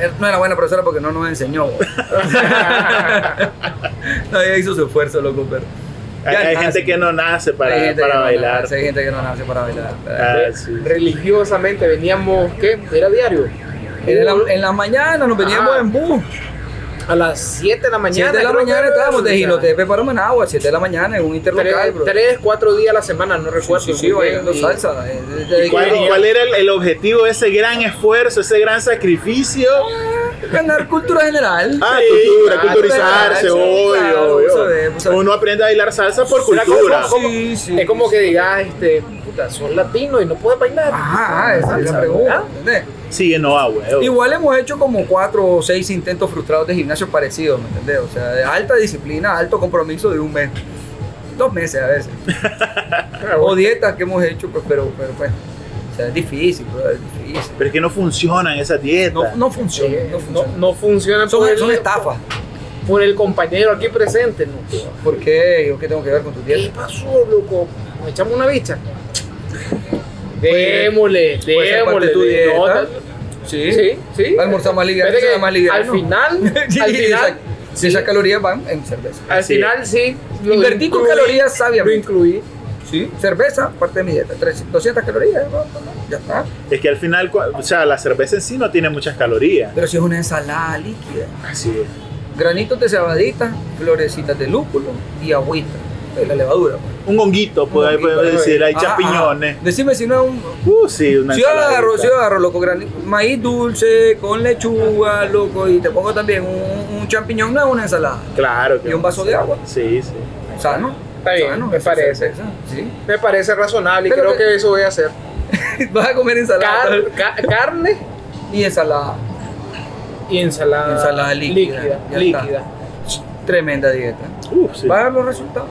[SPEAKER 1] er- no era buena profesora porque no nos enseñó. güey. (laughs) no, ella hizo su esfuerzo, loco, pero.
[SPEAKER 2] Hay,
[SPEAKER 1] Ya
[SPEAKER 2] hay
[SPEAKER 1] nace.
[SPEAKER 2] gente que no nace para,
[SPEAKER 1] Hay gente
[SPEAKER 2] para
[SPEAKER 1] que no
[SPEAKER 2] bailar.
[SPEAKER 1] nace, hay gente que no nace para bailar.
[SPEAKER 2] Ah, sí.
[SPEAKER 3] Religiosamente veníamos, ¿qué? Era diario.
[SPEAKER 2] Ah,
[SPEAKER 1] En la, en la mañana nos veníamos
[SPEAKER 3] Ajá.
[SPEAKER 1] en bus.
[SPEAKER 3] A las 7 de la mañana.
[SPEAKER 1] 7 de la
[SPEAKER 3] creo que
[SPEAKER 1] mañana
[SPEAKER 3] era,
[SPEAKER 1] estábamos de
[SPEAKER 3] o sea,
[SPEAKER 1] Gilotepe para Managua, 7 de la mañana en un interlocal,
[SPEAKER 3] Tres,
[SPEAKER 1] bro.
[SPEAKER 3] tres, cuatro días a la semana,
[SPEAKER 1] Sí,
[SPEAKER 3] no recuerdo.
[SPEAKER 1] sí, sí,
[SPEAKER 3] muy bien,
[SPEAKER 1] bailando
[SPEAKER 3] y-
[SPEAKER 1] salsa. eh, eh, eh,
[SPEAKER 2] ¿Cuál,
[SPEAKER 1] eh,
[SPEAKER 2] cuál era el, el objetivo de ese gran esfuerzo, ese gran sacrificio?
[SPEAKER 1] Ganar cultura general.
[SPEAKER 2] Ah,
[SPEAKER 3] Sí,
[SPEAKER 2] cultura,
[SPEAKER 3] claro,
[SPEAKER 2] culturizarse,
[SPEAKER 1] claro,
[SPEAKER 2] obvio,
[SPEAKER 1] claro,
[SPEAKER 2] obvio.
[SPEAKER 1] sabe, sabe.
[SPEAKER 2] Uno aprende a bailar salsa por
[SPEAKER 3] Era como-
[SPEAKER 2] cultura.
[SPEAKER 3] como-
[SPEAKER 1] Sí, sí.
[SPEAKER 3] Es como que digas, este, puta, sos latino y no puedes bailar.
[SPEAKER 1] Ajá, Ah, esa es
[SPEAKER 3] Salsa,
[SPEAKER 1] la pregunta.
[SPEAKER 3] ¿verdad?
[SPEAKER 1] ¿entendés?
[SPEAKER 2] Sí, no, ah, huevo.
[SPEAKER 1] Igual hemos hecho como cuatro o seis intentos frustrados de gimnasio parecidos, ¿me entendés? O sea, de alta disciplina, alto compromiso de un mes. Dos meses a
[SPEAKER 3] (laughs)
[SPEAKER 1] veces.
[SPEAKER 3] Ah,
[SPEAKER 1] o dietas que hemos hecho, pues, pero, pero pues. O sea, es difícil, bro, es difícil.
[SPEAKER 2] Pero es que no funcionan esas dietas.
[SPEAKER 1] No, no funciona,
[SPEAKER 3] Eh,
[SPEAKER 1] no
[SPEAKER 3] no,
[SPEAKER 1] funciona.
[SPEAKER 3] no funciona por
[SPEAKER 1] son,
[SPEAKER 3] el-
[SPEAKER 1] son estafas.
[SPEAKER 3] por el compañero aquí presente. ¿no?
[SPEAKER 1] ¿Por qué? ¿Yo qué tengo que ver con tus
[SPEAKER 3] ¿Qué
[SPEAKER 1] dietas?
[SPEAKER 3] pasó, loco? ¿Nos echamos una bicha? Démosle,
[SPEAKER 1] puede ser parte
[SPEAKER 3] démosle.
[SPEAKER 1] de Pues, tu
[SPEAKER 3] de-
[SPEAKER 1] dieta.
[SPEAKER 3] no,
[SPEAKER 1] Sí.
[SPEAKER 3] Sí, sí.
[SPEAKER 1] Va a almorzar más liviano,
[SPEAKER 3] Fíjate
[SPEAKER 1] se
[SPEAKER 3] que
[SPEAKER 1] va más liviano.
[SPEAKER 3] Al
[SPEAKER 1] (laughs)
[SPEAKER 3] final,
[SPEAKER 1] Sí,
[SPEAKER 3] al
[SPEAKER 1] y
[SPEAKER 3] final,
[SPEAKER 1] esa- y esas calorías van en cerveza.
[SPEAKER 3] al
[SPEAKER 2] Sí.
[SPEAKER 3] final sí. lo
[SPEAKER 1] Invertí con
[SPEAKER 3] incluí,
[SPEAKER 1] calorías
[SPEAKER 3] Lo
[SPEAKER 1] sabiamente.
[SPEAKER 3] incluí.
[SPEAKER 1] Sí, cerveza, parte de mi dieta. 300, 200 calorías, ¿no? ya está.
[SPEAKER 2] Es que al final, cua- o sea, la cerveza en sí no tiene muchas calorías.
[SPEAKER 1] Pero si es una ensalada líquida,
[SPEAKER 2] Así es.
[SPEAKER 1] granitos de cebadita, florecitas de lúpulo y agüita de la levadura. pues.
[SPEAKER 2] Un honguito,
[SPEAKER 1] Un
[SPEAKER 2] puede,
[SPEAKER 1] honguito,
[SPEAKER 2] puede
[SPEAKER 1] ¿no?
[SPEAKER 2] decir, hay
[SPEAKER 1] Ajá,
[SPEAKER 2] champiñones.
[SPEAKER 1] ajá. ah, Decime si no es un.
[SPEAKER 2] Uh, sí, una
[SPEAKER 1] Si yo
[SPEAKER 2] ensaladita.
[SPEAKER 1] agarro, si yo agarro, loco, grani- maíz dulce con lechuga, loco, y te pongo también un, un champiñón, no es una ensalada.
[SPEAKER 2] Claro. que
[SPEAKER 1] Y un vaso de agua.
[SPEAKER 2] Sí, sí.
[SPEAKER 1] Sano.
[SPEAKER 3] Está bien,
[SPEAKER 1] sano,
[SPEAKER 3] me
[SPEAKER 1] eso es
[SPEAKER 3] parece.
[SPEAKER 1] cerveza, Sí. (laughs)
[SPEAKER 3] Me parece razonable y
[SPEAKER 1] Pero
[SPEAKER 3] creo
[SPEAKER 1] que-
[SPEAKER 3] que eso voy a hacer.
[SPEAKER 1] Vas a comer ensalada.
[SPEAKER 3] Car- ca- carne
[SPEAKER 1] Y ensalada.
[SPEAKER 3] y ensalada,
[SPEAKER 1] Ensalada líquida, ya
[SPEAKER 3] Líquida. líquida.
[SPEAKER 1] Tremenda dieta.
[SPEAKER 2] Uh, sí.
[SPEAKER 1] ¿Vas a ver los resultados?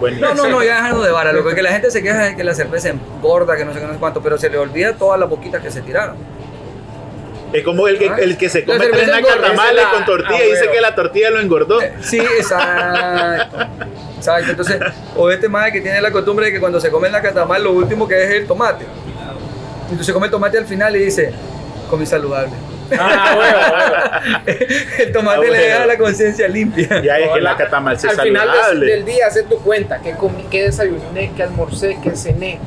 [SPEAKER 2] Buenísimo.
[SPEAKER 1] No, no, no, ya dejando de vara. Lo que la gente se queja es que la cerveza engorda, que no sé qué, no sé cuánto, pero se le olvida todas las boquitas que se tiraron.
[SPEAKER 2] Es como el que,
[SPEAKER 1] Ah.
[SPEAKER 2] el que se
[SPEAKER 3] La
[SPEAKER 2] come
[SPEAKER 3] cerveza
[SPEAKER 2] tres
[SPEAKER 3] engorda,
[SPEAKER 2] nacatamales
[SPEAKER 3] esa es la-
[SPEAKER 2] con tortilla
[SPEAKER 3] ah,
[SPEAKER 2] y dice
[SPEAKER 3] huevo.
[SPEAKER 2] que la tortilla lo engordó.
[SPEAKER 1] Eh, Sí, exacto. Exacto. Entonces, o este madre que tiene la costumbre de que cuando se come la catamal, lo último que es el tomate. Entonces come el tomate al final y dice, comí saludable. (laughs)
[SPEAKER 3] Ah, huevo, huevo.
[SPEAKER 1] el tomate
[SPEAKER 2] Ah, bueno.
[SPEAKER 1] le deja la conciencia limpia.
[SPEAKER 2] Ya es que la
[SPEAKER 3] Hola.
[SPEAKER 2] catamal sí es
[SPEAKER 3] Al final de-
[SPEAKER 2] saludable.
[SPEAKER 3] del día, hacer tu cuenta. ¿Qué comí? ¿Qué desayuné? ¿Qué almorcé? ¿Qué cené?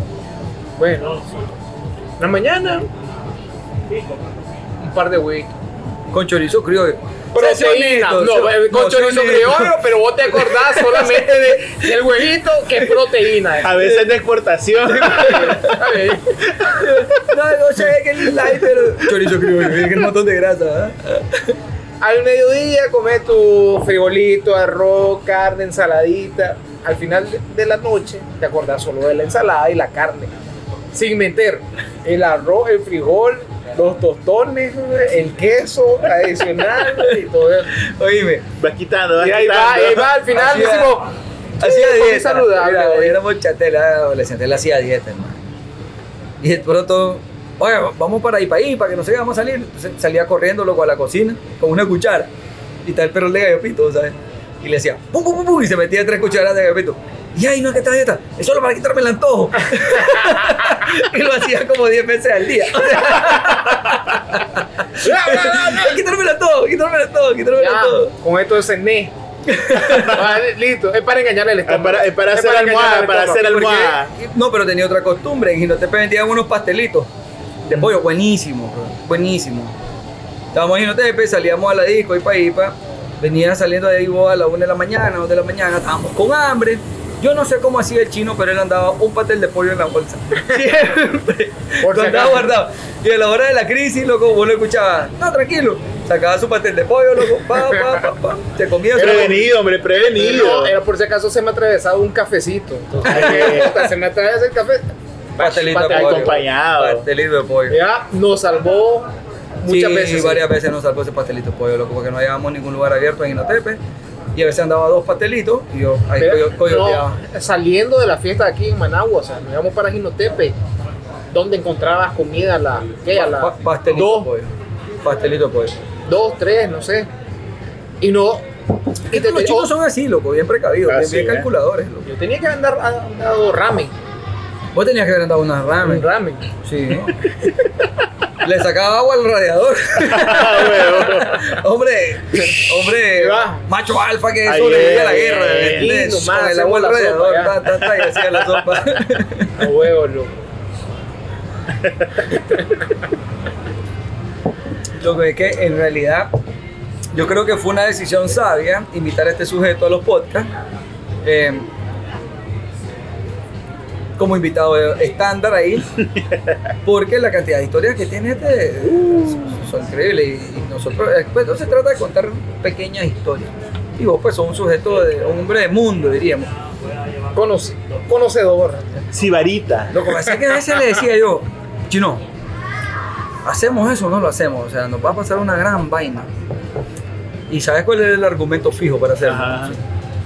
[SPEAKER 3] Bueno, la mañana, un par de huevitos.
[SPEAKER 1] Con chorizo criollo.
[SPEAKER 3] Proteína,
[SPEAKER 1] Sazonito,
[SPEAKER 3] no, eh,
[SPEAKER 1] sa-
[SPEAKER 3] con
[SPEAKER 1] no,
[SPEAKER 3] chorizo
[SPEAKER 1] sazonito.
[SPEAKER 3] criollo, pero vos te acordás solamente de, del huevito que es
[SPEAKER 2] (laughs)
[SPEAKER 3] proteína.
[SPEAKER 2] A veces de exportación. (laughs)
[SPEAKER 3] Está bien.
[SPEAKER 1] No, no sé qué light, pero. Chorizo criollo, es que un montón de grasa, ¿eh? ¿verdad?
[SPEAKER 3] Al mediodía comes tu frijolito, arroz, carne, ensaladita. Al final de- de la noche te acordás solo de la ensalada y la carne. Sin meter el arroz, el frijol, los tostones, el queso adicional y todo eso.
[SPEAKER 1] Oíme.
[SPEAKER 2] Vas quitando, vas
[SPEAKER 3] Y ahí
[SPEAKER 2] quitando.
[SPEAKER 3] va, ahí va, al final
[SPEAKER 1] Así es.
[SPEAKER 3] decimos,
[SPEAKER 1] Hacía
[SPEAKER 3] comí
[SPEAKER 1] dieta.
[SPEAKER 3] saludable,
[SPEAKER 1] Mira,
[SPEAKER 3] güey.
[SPEAKER 1] éramos chatelas adolescentes, él hacía dieta, hermano. Y de pronto, oye, vamos para ahí, para ahí, para que no sé qué, vamos a salir. Entonces, salía corriendo, loco, a la cocina, con una cuchara. Y tal el perro de gallopito, ¿sabes? Y le decía, pum, pum, pum, pum, y se metía tres cucharadas de gallopito. Y ay, no, que esta dieta, es solo para quitarme el
[SPEAKER 3] (laughs)
[SPEAKER 1] antojo. y lo hacía como 10 veces al
[SPEAKER 3] (laughs)
[SPEAKER 1] día. (laughs)
[SPEAKER 3] "Bla, bla, bla, bla".
[SPEAKER 1] Ay, quitarme el antojo, quitarme el antojo, quitarme el
[SPEAKER 3] Ya,
[SPEAKER 1] antojo.
[SPEAKER 3] con esto
[SPEAKER 2] (laughs)
[SPEAKER 3] cené. Ah, Listo, es para engañar el estómago.
[SPEAKER 2] Es para- es para hacer
[SPEAKER 3] engañar
[SPEAKER 2] almohada,
[SPEAKER 3] el
[SPEAKER 2] para
[SPEAKER 3] estómago.
[SPEAKER 2] hacer
[SPEAKER 1] Porque-
[SPEAKER 2] almohada.
[SPEAKER 1] no, pero tenía otra costumbre. En Ginotepe vendían unos pastelitos de pollo buenísimo, bro, buenísimo. Estábamos en Otepe, salíamos a la disco, y pa' ahí, pa. Venía saliendo de ahí vos, a la 1 de la mañana, 2 de la mañana, estábamos con hambre. Yo no sé cómo hacía el chino, pero él andaba un pastel de pollo en la bolsa. (laughs) Siempre.
[SPEAKER 3] Por si
[SPEAKER 1] Lo andaba
[SPEAKER 3] acaso.
[SPEAKER 1] guardado. Y a la hora de la crisis, loco, vos lo escuchabas. No, tranquilo. Sacaba su pastel de pollo, loco. Pa, pa, pa, pa. Se comía su
[SPEAKER 2] Prevenido, hombre, prevenido.
[SPEAKER 3] No, era eh, por si acaso se me atravesaba un cafecito. Entonces, puta, se me atravesa el café.
[SPEAKER 1] pastelito de
[SPEAKER 3] Pastel
[SPEAKER 1] pollo.
[SPEAKER 2] acompañado.
[SPEAKER 1] Pastelito de pollo.
[SPEAKER 3] Ya nos salvó muchas
[SPEAKER 1] sí,
[SPEAKER 3] veces.
[SPEAKER 1] varias veces nos salvó ese pastelito de pollo, loco, porque no llegábamos a ningún lugar abierto en Inotepe. Y a veces andaba dos pastelitos y yo ahí
[SPEAKER 3] Pero,
[SPEAKER 1] coyo- coyoteaba.
[SPEAKER 3] no, saliendo de la fiesta de aquí en Managua, o sea, nos íbamos para Jinotepe, donde encontrabas comida a la, ¿qué? A la
[SPEAKER 1] Pa- pues. pastelito de
[SPEAKER 3] dos,
[SPEAKER 1] pollo. Pastelito de pollo.
[SPEAKER 3] dos, tres, no sé. Y no. y te-
[SPEAKER 1] Este,
[SPEAKER 3] oh, Ah,
[SPEAKER 1] Los chicos son así, loco, bien precavidos, bien,
[SPEAKER 2] Así,
[SPEAKER 1] bien
[SPEAKER 2] ¿eh?
[SPEAKER 1] calculadores.
[SPEAKER 3] (laughs)
[SPEAKER 1] loco.
[SPEAKER 3] Yo tenía que andar a- dado ramen,
[SPEAKER 1] Vos tenías que haber andado unas ramen.
[SPEAKER 3] un ramen.
[SPEAKER 1] Sí. Le sacaba agua al
[SPEAKER 3] (laughs)
[SPEAKER 1] radiador.
[SPEAKER 2] Ah, huevo.
[SPEAKER 1] (laughs) hombre, hombre,
[SPEAKER 3] Ahí va.
[SPEAKER 1] macho alfa que
[SPEAKER 2] Ahí
[SPEAKER 1] sobrevive a la
[SPEAKER 2] es.
[SPEAKER 1] guerra. ¿me entiendes?
[SPEAKER 3] Aquí nomás
[SPEAKER 1] Con el agua al
[SPEAKER 3] hacemos la
[SPEAKER 1] radiador,
[SPEAKER 3] sopa, ya.
[SPEAKER 1] ta, ta, ta, y hacía la sopa.
[SPEAKER 3] (laughs) A huevo, loco.
[SPEAKER 1] Lo que es que en realidad yo creo que fue una decisión sabia invitar a este sujeto a los podcasts. eh, como invitado estándar ahí, porque la cantidad de historias que tiene este son increíbles. Y, y nosotros, eh, pues no se trata de contar pequeñas historias. Y vos, pues, sos un sujeto, de, un hombre de mundo, diríamos.
[SPEAKER 3] Conoce- conocedor.
[SPEAKER 2] Sibarita.
[SPEAKER 1] Lo que pasa es que a veces le decía yo, chino, ¿hacemos eso o no lo hacemos? O sea, nos va a pasar una gran vaina. ¿Y sabes cuál es el argumento fijo para hacerlo?
[SPEAKER 2] Ajá.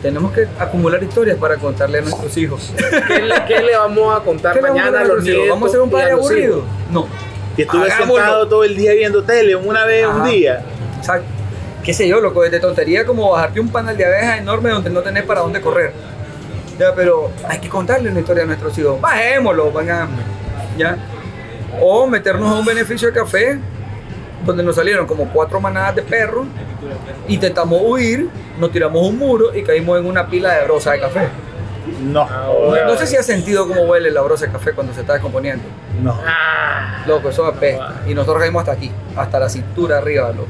[SPEAKER 1] Tenemos que acumular historias para contarle a nuestros hijos. (laughs)
[SPEAKER 3] ¿Qué le, qué le vamos a contar
[SPEAKER 1] ¿Qué le
[SPEAKER 3] mañana a
[SPEAKER 1] contar
[SPEAKER 3] los nietos?
[SPEAKER 1] hijos? ¿Vamos a ser un
[SPEAKER 3] y a
[SPEAKER 1] padre
[SPEAKER 3] los hijos?
[SPEAKER 1] aburrido? No.
[SPEAKER 2] Que estuve
[SPEAKER 1] Hagámoslo.
[SPEAKER 2] sentado todo el día viendo tele, una vez, un
[SPEAKER 1] Ajá.
[SPEAKER 2] día.
[SPEAKER 1] O sea, qué sé yo, loco, desde tontería como bajarte un panel de abejas enorme donde no tenés para dónde correr. Ya, pero hay que contarle una historia a nuestros hijos. Bajémoslo, vengan. Ya. O meternos a un beneficio de café donde nos salieron como cuatro manadas de perros, intentamos huir, nos tiramos un muro y caímos en una pila de brosa de café.
[SPEAKER 2] No.
[SPEAKER 3] Ah, bueno.
[SPEAKER 1] No sé si has sentido cómo huele la brosa de café cuando se está descomponiendo.
[SPEAKER 2] No.
[SPEAKER 3] Ah,
[SPEAKER 1] Loco, eso apesta. Y nosotros caímos hasta aquí, hasta la cintura arriba, loco.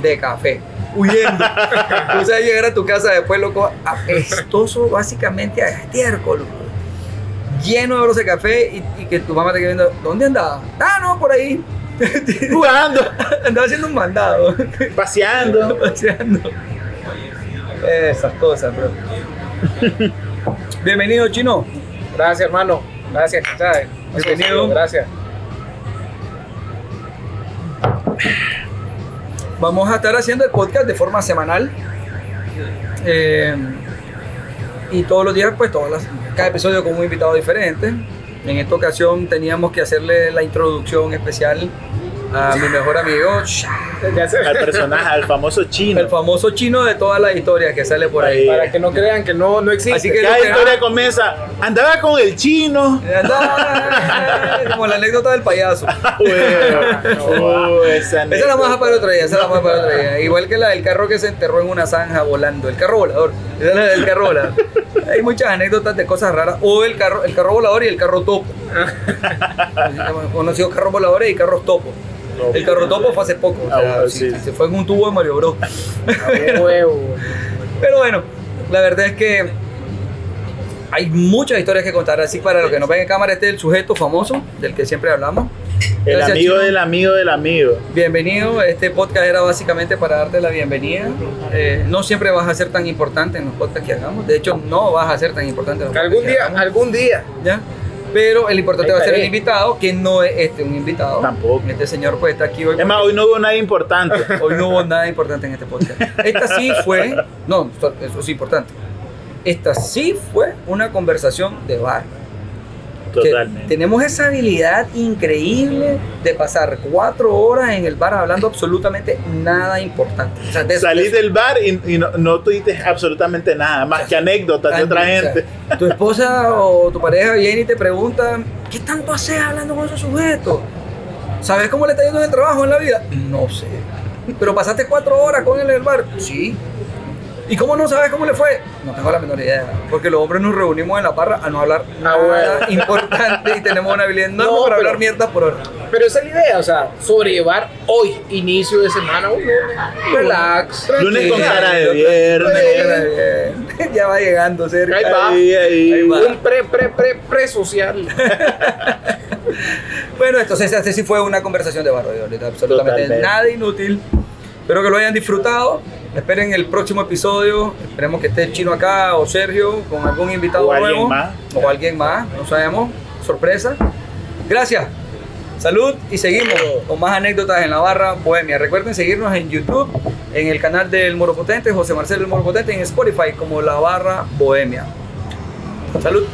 [SPEAKER 1] De café. Huyendo. o sea, llegar a tu casa después, loco, apestoso básicamente a estiércol. loco. Lleno de brosa de café y, y que tu mamá te quede viendo, ¿dónde andaba? Ah, no, por ahí.
[SPEAKER 2] (laughs)
[SPEAKER 1] (laughs)
[SPEAKER 2] Jugando,
[SPEAKER 1] andaba haciendo un mandado. (laughs)
[SPEAKER 2] paseando.
[SPEAKER 1] paseando. Esas cosas, bro. Bienvenido, Chino.
[SPEAKER 3] gracias, hermano. Gracias, ¿sabes?
[SPEAKER 1] Bienvenido.
[SPEAKER 3] Gracias.
[SPEAKER 1] Vamos a estar haciendo el podcast de forma semanal. Eh, y todos los días, pues, todas las- cada episodio con un invitado diferente. En esta ocasión teníamos que hacerle la introducción especial a mi mejor amigo,
[SPEAKER 3] Desde hace-
[SPEAKER 2] Al personaje, al famoso chino.
[SPEAKER 1] el famoso chino de todas las historias que sale por ahí.
[SPEAKER 3] Para que no crean que no, no existe.
[SPEAKER 1] Así que- ah.
[SPEAKER 2] Cada historia comienza. Andaba con el chino.
[SPEAKER 1] Anda, (laughs) Como la anécdota del payaso.
[SPEAKER 2] Ah, huevo. (laughs) Oh, esa
[SPEAKER 1] Esa la vamos a
[SPEAKER 2] anécdota.
[SPEAKER 1] dejar para otro día, esa la vamos a dejar para otro día. Igual que la del carro que se enterró en una zanja volando, el carro volador. Esa es la del carro
[SPEAKER 2] (laughs)
[SPEAKER 1] volador. Hay muchas anécdotas de cosas raras. O el carro, el carro volador y el carro
[SPEAKER 2] (laughs)
[SPEAKER 1] topo. Conocido carros voladores y carros topo. El carro topo fue hace poco. o sea,
[SPEAKER 2] Ah, bueno,
[SPEAKER 1] sí,
[SPEAKER 2] sí.
[SPEAKER 1] Se fue en un tubo de Mario Bros. (laughs)
[SPEAKER 3] Ah, huevo.
[SPEAKER 1] Pero bueno, la verdad es que hay muchas historias que contar. Así para los que nos ven en cámara, este es el sujeto famoso del que siempre hablamos.
[SPEAKER 2] El
[SPEAKER 1] Gracias,
[SPEAKER 2] amigo
[SPEAKER 1] Chino.
[SPEAKER 2] del amigo del amigo.
[SPEAKER 1] Bienvenido, este podcast era básicamente para darte la bienvenida. Eh, no siempre vas a ser tan importante en los podcasts que hagamos, de hecho no vas a ser tan importante. en los
[SPEAKER 3] Que algún
[SPEAKER 1] podcasts que
[SPEAKER 3] día, algún día.
[SPEAKER 1] hagamos, ¿ya? Pero el importante
[SPEAKER 3] Ahí
[SPEAKER 1] va a ser el
[SPEAKER 3] estaré.
[SPEAKER 1] invitado, que no es este un invitado.
[SPEAKER 2] Tampoco.
[SPEAKER 1] Este señor pues está aquí hoy.
[SPEAKER 2] Es más, hoy no hubo nadie importante.
[SPEAKER 1] porque Hoy no hubo nada importante en este podcast. Esta sí fue, no, esto- eso es importante. Esta sí fue una conversación de bar. (laughs) que
[SPEAKER 2] Totalmente.
[SPEAKER 1] tenemos esa habilidad increíble de pasar cuatro horas en el bar hablando absolutamente nada importante. O sea, de-
[SPEAKER 2] Salís
[SPEAKER 1] de-
[SPEAKER 2] del bar y, y no, no tuviste absolutamente nada, más que anécdotas de otra
[SPEAKER 1] o sea,
[SPEAKER 2] gente.
[SPEAKER 1] tu esposa o tu pareja viene y te pregunta, ¿qué tanto haces hablando con esos sujetos? ¿Sabes cómo le está yendo en el trabajo, en la vida? No sé. ¿Pero pasaste cuatro horas con él en el bar? Sí. ¿Y cómo no sabes cómo le fue? No tengo la menor idea. Porque los hombres nos reunimos en la barra a no hablar nada
[SPEAKER 3] Ah, bueno.
[SPEAKER 1] importante y tenemos una habilidad enorme
[SPEAKER 3] No,
[SPEAKER 1] para
[SPEAKER 3] pero-
[SPEAKER 1] hablar mierda por hora.
[SPEAKER 3] Pero esa es la idea, o sea, sobrellevar hoy, inicio de semana, un lunes, relax.
[SPEAKER 2] Lunes
[SPEAKER 3] tranquilo.
[SPEAKER 2] con cara de
[SPEAKER 1] Lunes con
[SPEAKER 2] viernes.
[SPEAKER 1] cara de viernes. (laughs) ya va llegando cerca.
[SPEAKER 3] Ahí va.
[SPEAKER 2] Ahí, ahí.
[SPEAKER 1] Ahí va.
[SPEAKER 3] Un pre, pre, pre, pre social.
[SPEAKER 1] Bueno, entonces este sí fue una conversación de barrio, ahorita, absolutamente
[SPEAKER 2] Totalmente.
[SPEAKER 1] nada inútil. Espero que lo hayan disfrutado. Esperen el próximo episodio. Esperemos que esté el chino acá o Sergio con algún invitado
[SPEAKER 2] O alguien
[SPEAKER 1] nuevo
[SPEAKER 2] más.
[SPEAKER 1] o alguien más, no sabemos. Sorpresa. Gracias. Salud y seguimos con más anécdotas en la barra Bohemia. Recuerden seguirnos en YouTube, en el canal del Moro Potente, José Marcelo el Moro Potente, en Spotify como la barra Bohemia. Salud.